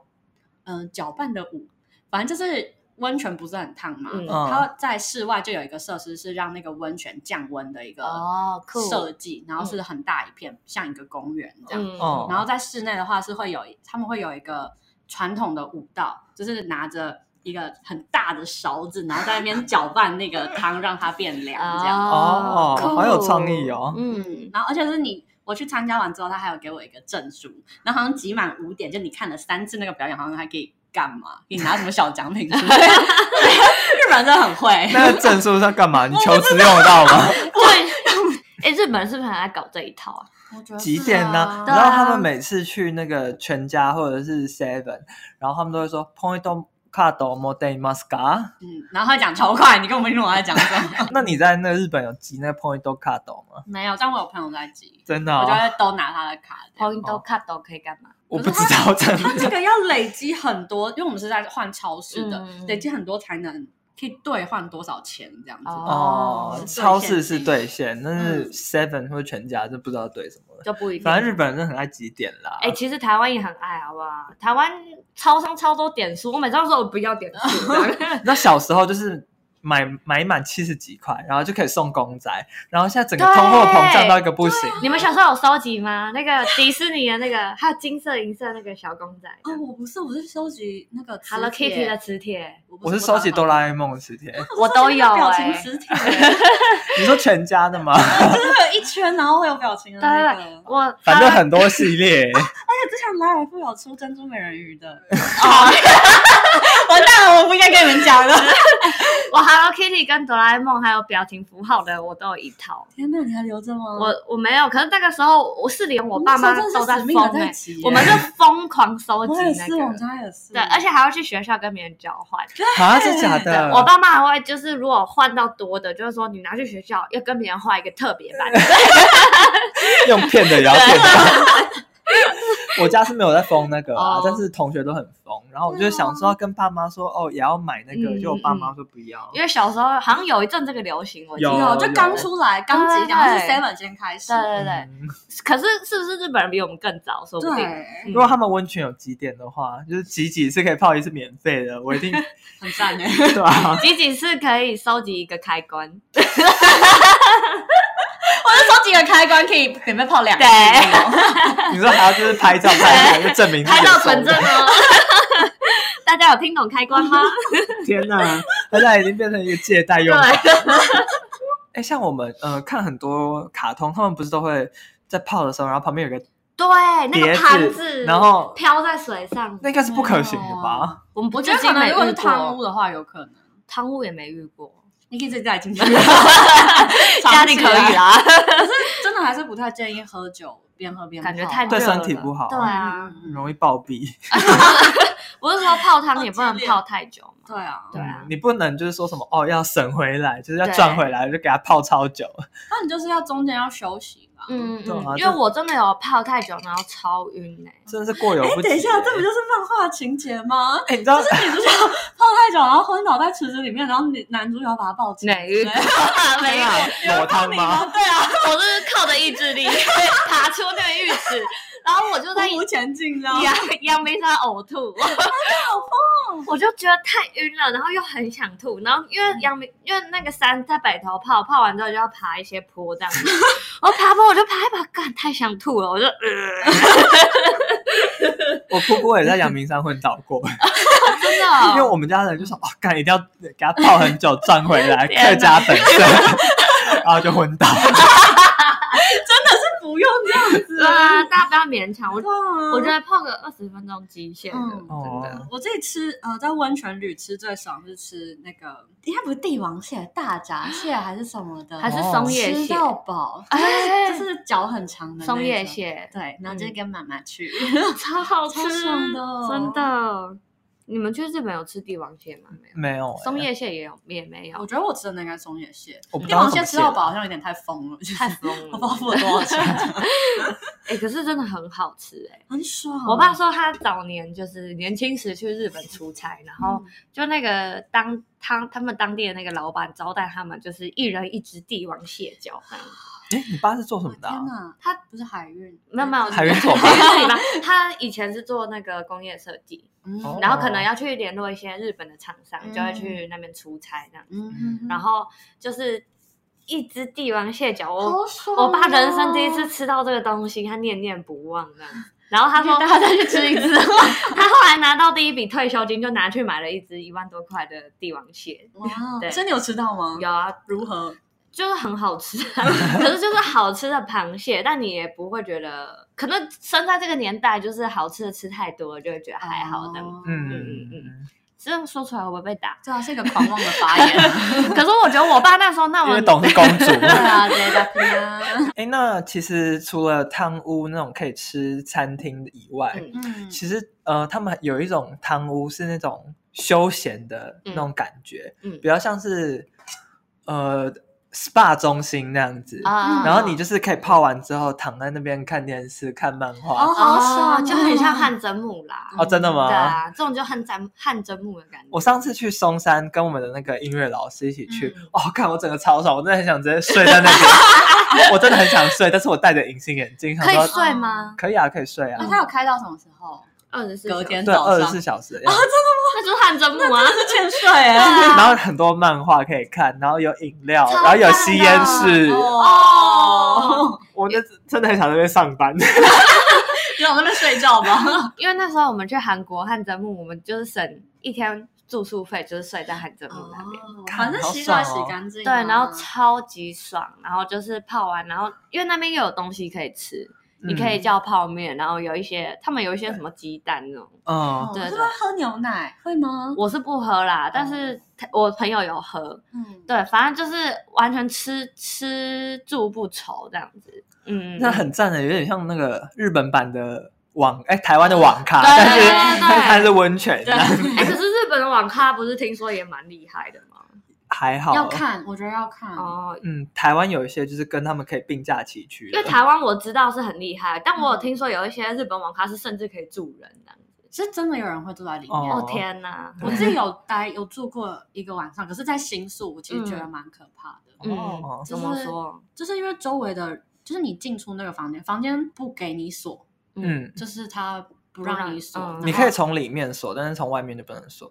[SPEAKER 1] 嗯、搅拌的舞，反正就是温泉不是很烫嘛，
[SPEAKER 3] 嗯
[SPEAKER 1] 它在室外就有一个设施是让那个温泉降温的一个
[SPEAKER 3] 哦，酷，
[SPEAKER 1] 设计，然后是很大一片，像一个公园这样。
[SPEAKER 3] 嗯
[SPEAKER 2] 哦
[SPEAKER 1] 然后在室内的话是会有，他们会有一个传统的舞蹈，就是拿着一个很大的勺子，然后在那边搅拌那个汤，让它变凉这样。
[SPEAKER 2] 哦
[SPEAKER 3] 酷
[SPEAKER 2] 好有创意哦
[SPEAKER 3] 嗯，
[SPEAKER 1] 然后而且是你我去参加完之后，他还有给我一个证书，然后好像集满五点，就你看了三次那个表演，好像还可以干 嘛？你拿什么小奖品出来？ 日本人真的很会，
[SPEAKER 2] 那个证书是要干嘛？你求职用得到吗？
[SPEAKER 3] 哎、日本人是不是很爱搞这一套啊？
[SPEAKER 1] 我觉得
[SPEAKER 2] 几
[SPEAKER 1] 是
[SPEAKER 2] 点呢
[SPEAKER 1] 啊？
[SPEAKER 3] 对
[SPEAKER 2] 然后他们
[SPEAKER 3] 啊
[SPEAKER 2] 每次去那个全家或者是 Seven，然后他们都会说 Point on card m o d e m a s c a
[SPEAKER 1] 嗯，然后他讲超快，你根本不听我在讲什 么。
[SPEAKER 2] 那你在那个日本有集那 Point on card 吗？
[SPEAKER 1] 没有，但我有朋友在集，
[SPEAKER 2] 真的
[SPEAKER 1] 我
[SPEAKER 2] 哦、
[SPEAKER 1] 就会都拿他的卡。这 样
[SPEAKER 3] point cut 都可以干嘛？
[SPEAKER 2] 我不知道，真
[SPEAKER 1] 他哦这
[SPEAKER 2] 的。
[SPEAKER 1] 个要累积很多，因为我们是在换超市的，
[SPEAKER 3] 嗯
[SPEAKER 1] 累积很多才能可以兑换多少钱这样子。
[SPEAKER 3] 哦
[SPEAKER 2] 哦，
[SPEAKER 1] 是兑现
[SPEAKER 2] 超市是
[SPEAKER 1] 金
[SPEAKER 2] 兑现，但是
[SPEAKER 1] 嗯
[SPEAKER 2] Seven 或全家就不知道兑什么了。
[SPEAKER 3] 就不一定。
[SPEAKER 2] 反正日本人真的很爱集点
[SPEAKER 1] 啊
[SPEAKER 2] 啦。
[SPEAKER 3] 哎、其实台湾也很爱，好不好？台湾超商超多点数，我每次都说我不要点数，这 样
[SPEAKER 2] 那小时候就是买买满七十几块，然后就可以送公仔，然后现在整个
[SPEAKER 3] 对
[SPEAKER 2] 通货膨胀到一个不行。
[SPEAKER 3] 你们小时候有收集吗？那个迪士尼的那个，还有金色、银色那个小公仔
[SPEAKER 1] 哦，我不是，我是收集那个磁
[SPEAKER 3] ，Hello
[SPEAKER 1] 铁哦
[SPEAKER 3] Kitty 的磁铁，
[SPEAKER 1] 我不
[SPEAKER 2] 我
[SPEAKER 1] 是
[SPEAKER 2] 是收集
[SPEAKER 1] 哆
[SPEAKER 2] 哆
[SPEAKER 1] 啦
[SPEAKER 2] 啦 A 梦的磁铁，
[SPEAKER 1] A 梦，
[SPEAKER 3] 我都有
[SPEAKER 1] 收集表
[SPEAKER 3] 欸
[SPEAKER 1] 情磁铁， 就
[SPEAKER 2] 你说全家的吗？
[SPEAKER 1] 是会有一圈，然后会有表情的
[SPEAKER 3] 对
[SPEAKER 1] 那
[SPEAKER 3] 对
[SPEAKER 1] 个。
[SPEAKER 3] 对，我
[SPEAKER 2] 反正很多系 列，
[SPEAKER 1] 而且之前莱尔富有出珍珠美人鱼的， 哦，完蛋了，我不应该跟你们讲的。
[SPEAKER 3] 我 Hello Kitty 跟哆啦 A 梦还有表情符号的，我都有一套。
[SPEAKER 1] 天哪，你还留着吗？
[SPEAKER 3] 我我没有，可是那个时候我是连我
[SPEAKER 1] 我
[SPEAKER 3] 爸妈
[SPEAKER 1] 嗯那时
[SPEAKER 3] 都
[SPEAKER 1] 候真
[SPEAKER 3] 在
[SPEAKER 1] 的是使
[SPEAKER 3] 疯
[SPEAKER 1] 命的
[SPEAKER 3] 哎、
[SPEAKER 1] 在集耶
[SPEAKER 3] 我们就疯狂收集
[SPEAKER 1] 我也
[SPEAKER 3] 那
[SPEAKER 1] 是，我们
[SPEAKER 3] 个。
[SPEAKER 1] 家也是，
[SPEAKER 3] 对，而且还要去学校跟别人交换。
[SPEAKER 2] 啊，真假的？
[SPEAKER 3] 我爸妈还会就是，如果换到多的，就是说你拿去学校要跟别人换一个特别版。
[SPEAKER 2] 用骗的也要骗的。我家是没有在封那个啊
[SPEAKER 3] 哦，
[SPEAKER 2] 但是同学都很疯，然后我就想说要跟爸妈说哦，也要买那个，
[SPEAKER 3] 嗯
[SPEAKER 2] 就我爸妈说不要
[SPEAKER 3] 因。为小时候好像有一阵这个流行，我记得。
[SPEAKER 1] 有就刚
[SPEAKER 2] 有
[SPEAKER 1] 出来，刚几
[SPEAKER 3] 对
[SPEAKER 1] 然后是
[SPEAKER 3] 对
[SPEAKER 1] Seven 先开始
[SPEAKER 3] 对，对对，
[SPEAKER 2] 嗯
[SPEAKER 3] 可是是不是日本人比我们更早？说不定。
[SPEAKER 1] 对，
[SPEAKER 3] 嗯
[SPEAKER 2] 如果他们温泉有几点的话，就是挤几次可以泡一次免费的，我一定
[SPEAKER 1] 很赞 哎。
[SPEAKER 2] 对啊。
[SPEAKER 3] 几几次可以收集一个开关？
[SPEAKER 1] 我就收集个开关，可以准备泡两次
[SPEAKER 3] 对
[SPEAKER 1] 那种。
[SPEAKER 2] 你说还要就是拍照拍起来就证明自己
[SPEAKER 3] 拍照
[SPEAKER 2] 有收
[SPEAKER 3] 存证
[SPEAKER 2] 的
[SPEAKER 3] 哦。 大家有听懂开关吗？
[SPEAKER 2] 天哪，他现在已经变成一个借贷用品。
[SPEAKER 3] 对，
[SPEAKER 2] 哎，像我们呃看很多卡通，他们不是都会在泡的时候，然后旁边有个，
[SPEAKER 3] 对，那
[SPEAKER 2] 碟
[SPEAKER 3] 个
[SPEAKER 2] 子
[SPEAKER 3] 盘子，
[SPEAKER 2] 然后
[SPEAKER 3] 飘在水上。
[SPEAKER 2] 那应该是不可行的
[SPEAKER 1] 没有
[SPEAKER 2] 吧？
[SPEAKER 3] 我们不
[SPEAKER 1] 我
[SPEAKER 3] 至
[SPEAKER 1] 觉得可
[SPEAKER 3] 今
[SPEAKER 1] 能
[SPEAKER 3] 没
[SPEAKER 1] 如果是
[SPEAKER 3] 遇
[SPEAKER 1] 贪
[SPEAKER 3] 过，
[SPEAKER 1] 污的话，有可能
[SPEAKER 3] 贪污也没遇过，
[SPEAKER 1] 你可以自己带进 去，
[SPEAKER 3] 家里可以
[SPEAKER 1] 啊。
[SPEAKER 3] 啦，
[SPEAKER 1] 真的还是不太建议喝酒边喝边泡，啊
[SPEAKER 3] 感觉太
[SPEAKER 2] 对
[SPEAKER 3] 热了
[SPEAKER 2] 身体不好嗯
[SPEAKER 3] 对啊，
[SPEAKER 2] 很容易暴毙。
[SPEAKER 3] 不是说泡汤也不能泡太久嘛。
[SPEAKER 1] 对啊。
[SPEAKER 3] 对啊
[SPEAKER 2] 嗯，你不能就是说什么哦，要省回来，就是要
[SPEAKER 3] 对
[SPEAKER 2] 赚回来，就给它泡超久。
[SPEAKER 1] 那你就是要中间要休息嘛。
[SPEAKER 3] 嗯，
[SPEAKER 2] 对啊
[SPEAKER 3] 嗯因为我真的有泡太久，然后超晕哎、
[SPEAKER 2] 真的是过犹不及。
[SPEAKER 1] 等一下，这不就是漫画情节吗？
[SPEAKER 2] 哎，你知道
[SPEAKER 1] 女主角泡太久，然后昏倒在池子里面，然后女男主角把她抱起来。
[SPEAKER 3] 哪一个
[SPEAKER 1] 对啊
[SPEAKER 3] 没有，
[SPEAKER 2] 裸汤吗？
[SPEAKER 1] 对啊，
[SPEAKER 3] 我就是靠着意志力爬出那个浴池，然后我就在
[SPEAKER 1] 无无前进，你知道吗？
[SPEAKER 3] 羊羊背上呕 吐，
[SPEAKER 2] 啊哦
[SPEAKER 3] 我就觉得太晕了，然后又很想吐，然后因为阳明，因为那个山在北头泡，泡完之后就要爬一些坡这样 子，我爬坡我就爬一爬，干太想吐了，我就呃，
[SPEAKER 2] 我姑姑也在阳明山混倒过，
[SPEAKER 3] 哦真
[SPEAKER 2] 因为
[SPEAKER 3] 的，
[SPEAKER 2] 我们家人就说哦，干一定要给他泡很久，赚回来，
[SPEAKER 3] 天哪
[SPEAKER 2] 客家本色， 然后就昏倒。
[SPEAKER 1] 不用这样子
[SPEAKER 3] 对啊，大家不要勉强，我
[SPEAKER 1] 哇
[SPEAKER 3] 我觉得泡个二十分钟极限的，
[SPEAKER 1] 嗯
[SPEAKER 3] 真的
[SPEAKER 2] 嗯哦，
[SPEAKER 1] 我自己吃呃，在温泉旅吃最爽是吃那个，应该不是帝王蟹、大闸蟹还是什么的，哦
[SPEAKER 3] 还是
[SPEAKER 2] 哦
[SPEAKER 3] 松叶
[SPEAKER 1] 吃
[SPEAKER 3] 蟹，
[SPEAKER 1] 到 饱，
[SPEAKER 3] 哎
[SPEAKER 1] 就是脚很长的那种
[SPEAKER 3] 松叶。蟹嗯
[SPEAKER 1] 对，然后就是跟妈妈去，
[SPEAKER 3] 超好吃，
[SPEAKER 1] 超爽的
[SPEAKER 3] 真的。你们去日本有吃帝王蟹吗？没有，
[SPEAKER 2] 没有哎
[SPEAKER 3] 松，叶蟹也有，也没有
[SPEAKER 1] 我。觉得我吃的那个松叶蟹，
[SPEAKER 3] 嗯
[SPEAKER 2] 我不知
[SPEAKER 1] 帝
[SPEAKER 2] 道
[SPEAKER 1] 王
[SPEAKER 2] 什
[SPEAKER 1] 蟹
[SPEAKER 2] 么
[SPEAKER 1] 吃到
[SPEAKER 2] 蟹
[SPEAKER 1] 饱好像有点太疯了，就是
[SPEAKER 3] 太疯了
[SPEAKER 1] 我不知道付了多少 钱，
[SPEAKER 3] 哎、可是真的很好吃哎、
[SPEAKER 1] 很爽。嗯
[SPEAKER 3] 我爸说他早年就是年轻时去日本出差，然后
[SPEAKER 1] 嗯
[SPEAKER 3] 就那个当他他们当地的那个老板招待他们，就是一人一只帝王蟹脚这样子。
[SPEAKER 2] 哎，你爸是做什么的啊
[SPEAKER 1] 天？哪，
[SPEAKER 3] 他
[SPEAKER 1] 不是海运，
[SPEAKER 3] 没有没有，
[SPEAKER 2] 海运 走吧
[SPEAKER 3] 海运吧他以前是做那个工业设计，
[SPEAKER 1] 嗯
[SPEAKER 2] 哦
[SPEAKER 3] 然后可能要去联络一些日本的厂商，
[SPEAKER 1] 嗯
[SPEAKER 3] 就会去那边出差这样。
[SPEAKER 1] 嗯
[SPEAKER 3] 然后就是一只帝王蟹脚，我
[SPEAKER 1] 好爽哦，
[SPEAKER 3] 我爸人生第一次吃到这个东西，他念念不忘这样子。然后他说
[SPEAKER 1] 大家再去吃一次。
[SPEAKER 3] 他后来拿到第一笔退休金，就拿去买了一只一万多块的帝王蟹。
[SPEAKER 1] 哇哦
[SPEAKER 3] 对
[SPEAKER 1] 所以你有吃到吗？
[SPEAKER 3] 有啊，
[SPEAKER 1] 如何？
[SPEAKER 3] 就是很好吃，啊 可是就是好吃的螃蟹，但你也不会觉得，可能生在这个年代，就是好吃的吃太多了，就会觉得还好的。
[SPEAKER 1] 哦？
[SPEAKER 2] 嗯
[SPEAKER 3] 嗯
[SPEAKER 2] 嗯
[SPEAKER 3] 嗯
[SPEAKER 2] 嗯，
[SPEAKER 3] 这样说出来会不会被打
[SPEAKER 1] 这好像是一个狂妄的 发言。
[SPEAKER 3] 可是我觉得我爸那时候那
[SPEAKER 2] 因为
[SPEAKER 3] 么
[SPEAKER 2] 董是公 主。
[SPEAKER 1] 对啊，直接 就呀。
[SPEAKER 2] 哎，那其实除了汤屋那种可以吃餐厅以外，
[SPEAKER 3] 嗯
[SPEAKER 1] 嗯，
[SPEAKER 2] 其实呃，他们有一种汤屋是那种休闲的那种感觉，
[SPEAKER 3] 嗯嗯
[SPEAKER 2] 比较像是呃 SPA 中心那样子。
[SPEAKER 3] 啊
[SPEAKER 2] 然后你就是可以泡完之后躺在那边看电视、看漫画。
[SPEAKER 1] 哦好爽哦
[SPEAKER 3] 就很像汗蒸木啦。
[SPEAKER 2] 啊哦真的吗
[SPEAKER 3] 对啊，这种就汗蒸汗蒸木的感觉。
[SPEAKER 2] 我上次去松山跟我们的那个音乐老师一起去，
[SPEAKER 3] 嗯
[SPEAKER 2] 哇，看我整个超爽，我真的很想直接睡在那 边，我真的很想睡，但是我戴着隐形眼镜，想
[SPEAKER 3] 可以
[SPEAKER 2] 说
[SPEAKER 3] 睡吗？哦
[SPEAKER 2] 可以啊，可以睡
[SPEAKER 1] 那
[SPEAKER 2] 啊，
[SPEAKER 1] 他有开到什么时候？
[SPEAKER 3] 二十四
[SPEAKER 1] 隔天
[SPEAKER 2] 对，
[SPEAKER 1] 早
[SPEAKER 2] 二十
[SPEAKER 1] 上
[SPEAKER 2] 四小时的样子
[SPEAKER 3] 那就是汗蒸木啊。
[SPEAKER 1] 是欠税哎。
[SPEAKER 3] 哦对啊
[SPEAKER 2] 然后很多漫画可以看，然后有饮料，
[SPEAKER 3] 超哦
[SPEAKER 2] 然后有吸烟
[SPEAKER 3] 啊
[SPEAKER 2] 室，
[SPEAKER 1] 哦，
[SPEAKER 2] 我那真的很想在那边 上班。嗯
[SPEAKER 1] 让我在那边睡觉吧。
[SPEAKER 3] 因为那时候我们去韩国汗蒸木，我们就是省一天住宿费，就是睡在汗蒸木那边。
[SPEAKER 1] 反正洗澡洗
[SPEAKER 2] 哦
[SPEAKER 1] 干净
[SPEAKER 3] 哦对
[SPEAKER 1] 啊。，
[SPEAKER 3] 然后超级爽，然后就是泡完，然后因为那边又有东西可以吃，
[SPEAKER 2] 嗯
[SPEAKER 3] 你可以叫泡面，然后有一些他们有一些什么鸡蛋那种，
[SPEAKER 2] 嗯，
[SPEAKER 1] 哦
[SPEAKER 3] 对
[SPEAKER 1] 可是
[SPEAKER 3] 对
[SPEAKER 1] 他喝牛奶会吗？
[SPEAKER 3] 我是不喝啦，但是他我朋友有喝，
[SPEAKER 1] 嗯，
[SPEAKER 3] 对，反正就是完全吃吃住不愁这样子，嗯，
[SPEAKER 2] 那很赞的，有点像那个日本版的网，哎，台湾的网咖，
[SPEAKER 3] 对
[SPEAKER 2] 但是
[SPEAKER 3] 对对对
[SPEAKER 2] 但是它是温泉，啊
[SPEAKER 3] 对，哎、可是日本的网咖不是听说也蛮厉害的吗？
[SPEAKER 2] 还好。
[SPEAKER 1] 要看，我觉得要看。
[SPEAKER 3] 哦。
[SPEAKER 2] 嗯，台湾有一些就是跟他们可以并驾齐驱的，
[SPEAKER 3] 因为台湾我知道是很厉害，但我有听说有一些日本网咖是甚至可以住人的。
[SPEAKER 1] 是真的有人会住在里面。
[SPEAKER 2] 哦
[SPEAKER 3] 哦天哪！
[SPEAKER 1] 我自己有待有住过一个晚上，可是，在新宿，我其实觉得蛮可怕的，
[SPEAKER 3] 嗯，
[SPEAKER 1] 就
[SPEAKER 3] 怎么
[SPEAKER 1] 是
[SPEAKER 3] 说？
[SPEAKER 1] 就是因为周围的，就是你进出那个房间，房间不给你锁，
[SPEAKER 2] 嗯，
[SPEAKER 1] 就是他
[SPEAKER 3] 不
[SPEAKER 1] 不让
[SPEAKER 3] 让
[SPEAKER 1] 你
[SPEAKER 3] 嗯
[SPEAKER 1] 锁，然后
[SPEAKER 2] 你可以从里面锁，但是从外面就不能锁。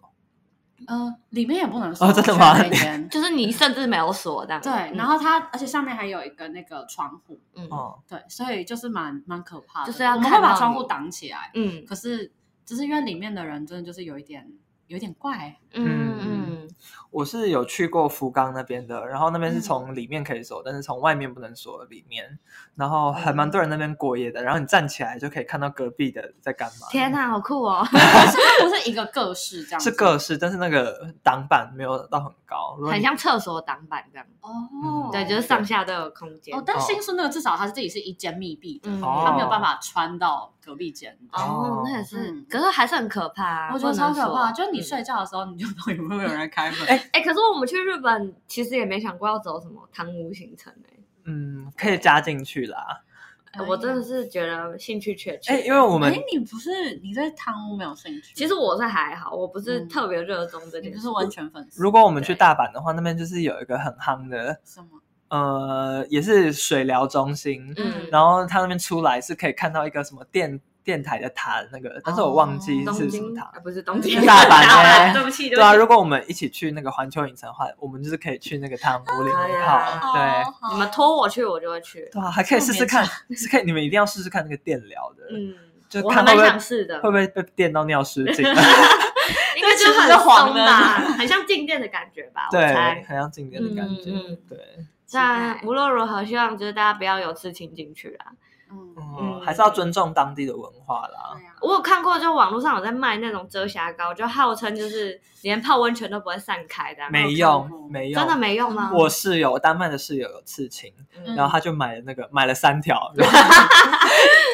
[SPEAKER 1] 呃，里面也不能锁，
[SPEAKER 2] 哦真的吗
[SPEAKER 1] 全每天
[SPEAKER 3] 就是你甚至没有锁这样。
[SPEAKER 1] 对，
[SPEAKER 3] 嗯
[SPEAKER 1] 然后它而且上面还有一个那个窗户，
[SPEAKER 3] 嗯
[SPEAKER 2] 哦，
[SPEAKER 1] 对，所以就是蛮蛮可怕
[SPEAKER 3] 就
[SPEAKER 1] 的，
[SPEAKER 3] 是要
[SPEAKER 1] 我们
[SPEAKER 3] 看
[SPEAKER 1] 会
[SPEAKER 3] 到
[SPEAKER 1] 把窗户
[SPEAKER 3] 你
[SPEAKER 1] 挡起来，
[SPEAKER 3] 嗯
[SPEAKER 1] 可是就是因为里面的人真的就是有一点有一点 怪，
[SPEAKER 3] 嗯嗯，
[SPEAKER 2] 我是有去过福冈那边的，然后那边是从里面可以锁，但是从外面不能锁里面，然后还蛮
[SPEAKER 3] 嗯
[SPEAKER 2] 多人那边过夜的，然后你站起来就可以看到隔壁的在干嘛。
[SPEAKER 3] 天哪，好酷哦！
[SPEAKER 1] 可是它不是一个个室这样子，
[SPEAKER 2] 是嗯各式，但是那个挡板没有到很高，如果
[SPEAKER 3] 很
[SPEAKER 2] 你
[SPEAKER 3] 像厕所挡板这样。
[SPEAKER 1] 哦，
[SPEAKER 3] 对，就是上下都有空间
[SPEAKER 1] 哦，。但新宿那个至少它是自己是一间密闭的，
[SPEAKER 3] 嗯
[SPEAKER 1] 它没有办法穿到隔壁间。
[SPEAKER 2] 哦
[SPEAKER 3] 哦，那也是
[SPEAKER 1] 嗯，
[SPEAKER 3] 可是还是很可怕啊。
[SPEAKER 1] 我觉得超可怕，
[SPEAKER 3] 不能锁
[SPEAKER 1] 就是
[SPEAKER 3] 嗯
[SPEAKER 1] 你。睡觉的时候，你就不知道有没有人来开门。
[SPEAKER 3] 哎，可是我们去日本，其实也没想过要走什么贪污行程哎。
[SPEAKER 2] 嗯可以加进去啦。
[SPEAKER 1] 哎
[SPEAKER 3] 我真的是觉得兴趣缺缺。
[SPEAKER 2] 哎，因为我
[SPEAKER 1] 我
[SPEAKER 2] 们
[SPEAKER 1] 哎，你不是你对汤屋没有兴趣？
[SPEAKER 3] 其实我是还好，我不是特别热衷这
[SPEAKER 1] 嗯你
[SPEAKER 3] 件
[SPEAKER 1] 不
[SPEAKER 3] 事。
[SPEAKER 1] 是温泉粉丝。
[SPEAKER 2] 如果我们去大阪的话，那边就是有一个很夯的，
[SPEAKER 1] 什么？
[SPEAKER 2] 呃，也是水疗中心，
[SPEAKER 3] 嗯
[SPEAKER 2] 然后它那边出来是可以看到一个什么电电台的塔那个，但是我忘记
[SPEAKER 3] 东
[SPEAKER 2] 是什么
[SPEAKER 3] 京
[SPEAKER 2] 塔。
[SPEAKER 3] 啊不是东京，
[SPEAKER 1] 是
[SPEAKER 2] 大 阪欸
[SPEAKER 3] 对不起，
[SPEAKER 2] 对啊，
[SPEAKER 3] 对
[SPEAKER 2] 如
[SPEAKER 3] 不起
[SPEAKER 2] 果我们一起去那个环球影城的话，我们就是可以去那个汤屋里面泡，
[SPEAKER 3] 啊
[SPEAKER 2] 对，
[SPEAKER 1] 哦好
[SPEAKER 3] 你们拖我去，我就会去。
[SPEAKER 2] 对啊，还可以试试看，是可以，你们一定要试试看那个电疗的，
[SPEAKER 3] 嗯，
[SPEAKER 2] 就
[SPEAKER 3] 我还
[SPEAKER 2] 看会
[SPEAKER 3] 蛮
[SPEAKER 2] 不会
[SPEAKER 3] 想试的，
[SPEAKER 2] 会不会被电到尿失 禁？
[SPEAKER 3] 应该就
[SPEAKER 1] 这其实
[SPEAKER 3] 很
[SPEAKER 1] 是黄
[SPEAKER 3] 松
[SPEAKER 1] 的
[SPEAKER 3] 吧，很像静电的感觉吧，我
[SPEAKER 2] 对，
[SPEAKER 3] 猜。
[SPEAKER 2] 很像静电的感觉，
[SPEAKER 3] 嗯嗯
[SPEAKER 2] 对，
[SPEAKER 3] 但无论如何，希望就是大家不要有刺青进去啊啦。
[SPEAKER 1] 嗯，
[SPEAKER 2] 嗯，
[SPEAKER 3] 嗯
[SPEAKER 2] 还是要尊重当地的文化啦
[SPEAKER 1] 对。啊呀。
[SPEAKER 3] 我有看过，就网络上有在卖那种遮瑕膏，就号称就是连泡温泉都不会散开的啊，
[SPEAKER 2] 没
[SPEAKER 1] 我有看过
[SPEAKER 2] 用，没用，
[SPEAKER 3] 真的。没用吗？
[SPEAKER 2] 我室友，丹麦的室友有刺青，
[SPEAKER 3] 嗯
[SPEAKER 2] 然后他就买了那个，买了 三条，然后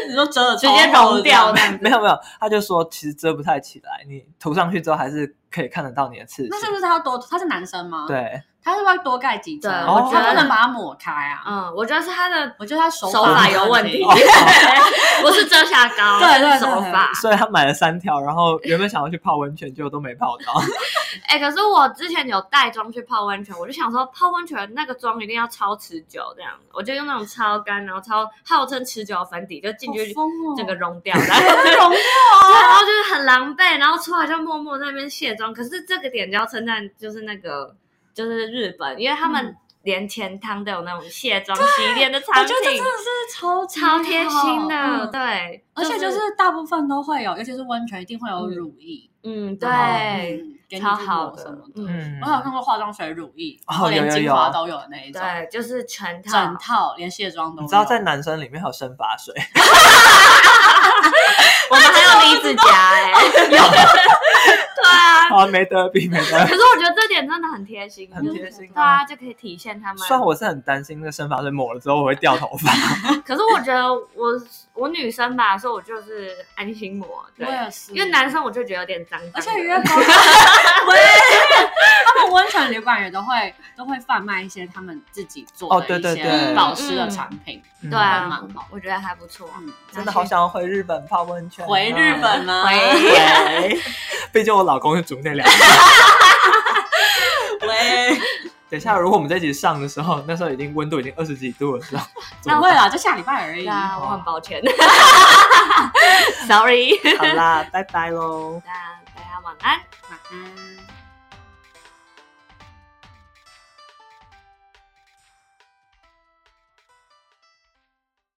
[SPEAKER 1] 你说折了
[SPEAKER 3] 直接融掉
[SPEAKER 1] 的
[SPEAKER 3] 的。，
[SPEAKER 2] 没有没有，他就说其实遮不太起来，你涂上去之后还是可以看得到你的刺青
[SPEAKER 1] 那。是不是他要多？他是男生吗？，
[SPEAKER 2] 对，
[SPEAKER 1] 他是不是要多盖几层？
[SPEAKER 3] 对
[SPEAKER 1] 他
[SPEAKER 2] 我觉得
[SPEAKER 1] 不能把它抹开啊。
[SPEAKER 3] 嗯，我觉得是他的
[SPEAKER 1] 我觉得他手
[SPEAKER 3] 手法有问题，
[SPEAKER 1] 欸
[SPEAKER 3] 不是遮瑕膏，
[SPEAKER 1] 对对对
[SPEAKER 3] 是手法。
[SPEAKER 2] 所以他买了三条，然后原本想要去泡温泉，结果都没泡到。
[SPEAKER 3] 哎、可是我之前有带妆去泡温泉，我就想说泡温泉那个妆一定要超持久，这样我就用那种超干，然后超号称持久的粉底，就进去
[SPEAKER 1] 好疯哦啊
[SPEAKER 3] 整个融 掉，然后
[SPEAKER 1] 容易
[SPEAKER 3] 对然后就是很狼狈，然后出来就默默在那边卸妆。可是这个点就要称赞，就是那个就是日本，因为他们连钱汤都有那种卸妆洗脸的产
[SPEAKER 1] 嗯我
[SPEAKER 3] 品
[SPEAKER 1] 觉得，这真的是超级
[SPEAKER 3] 超贴心的，
[SPEAKER 1] 好嗯
[SPEAKER 3] 对，
[SPEAKER 1] 而且就是大部分都会有，尤其是温泉一定会有
[SPEAKER 3] 嗯
[SPEAKER 1] 乳液，
[SPEAKER 3] 嗯，
[SPEAKER 1] 对
[SPEAKER 3] 对，，
[SPEAKER 1] 给你
[SPEAKER 3] 超
[SPEAKER 1] 去
[SPEAKER 3] 好
[SPEAKER 1] 抹
[SPEAKER 3] 的
[SPEAKER 1] 什么的。
[SPEAKER 3] 嗯，
[SPEAKER 2] 嗯
[SPEAKER 1] 我有看过化妆水乳液，
[SPEAKER 2] 哦
[SPEAKER 1] 然后连
[SPEAKER 2] 有有
[SPEAKER 1] 精
[SPEAKER 2] 有
[SPEAKER 1] 华都有的那一种，
[SPEAKER 3] 对，就是全套
[SPEAKER 1] 整。套连卸妆都有。
[SPEAKER 2] 你知道在男生里面还有生发 水，
[SPEAKER 3] 我们还有离子夹 哎，对啊。
[SPEAKER 2] 啊，没得比，没得
[SPEAKER 3] 可
[SPEAKER 2] 比。
[SPEAKER 3] 是我觉得这点真的很贴心，
[SPEAKER 2] 很贴心啊
[SPEAKER 3] 对啊，就可以体现他们。
[SPEAKER 2] 虽然我是很担心那个生发水抹了之后我会掉头发，
[SPEAKER 3] 可是我觉得我我女生吧，所以我就是安心抹，对
[SPEAKER 1] 我，也是，
[SPEAKER 3] 因为男生我就觉得有点脏脏的，
[SPEAKER 1] 而且因 为高喂，他们温泉旅馆也都会都会贩卖一些他们自己做
[SPEAKER 2] 哦
[SPEAKER 1] 的
[SPEAKER 2] 对
[SPEAKER 1] 一
[SPEAKER 2] 对
[SPEAKER 1] 些
[SPEAKER 2] 对
[SPEAKER 1] 保湿的
[SPEAKER 3] 嗯
[SPEAKER 1] 产品，
[SPEAKER 2] 嗯
[SPEAKER 3] 对啊
[SPEAKER 1] 还蛮好，
[SPEAKER 3] 我觉得还不错。
[SPEAKER 1] 嗯，
[SPEAKER 2] 真的好想要回日本泡温泉啊，
[SPEAKER 1] 回日本吗？
[SPEAKER 3] 回
[SPEAKER 2] 对，毕竟我老公是煮那两个。
[SPEAKER 1] 喂，
[SPEAKER 2] 等一下，如果我们这集上的时候，那时候已经温度已经二十几度了，知道？
[SPEAKER 1] 不会啦，就下礼拜而已
[SPEAKER 3] 对。啊，我
[SPEAKER 2] 好
[SPEAKER 3] 很抱歉 ，sorry。
[SPEAKER 2] 好啦，拜拜喽。
[SPEAKER 3] 那大家晚安。
[SPEAKER 1] 晚安。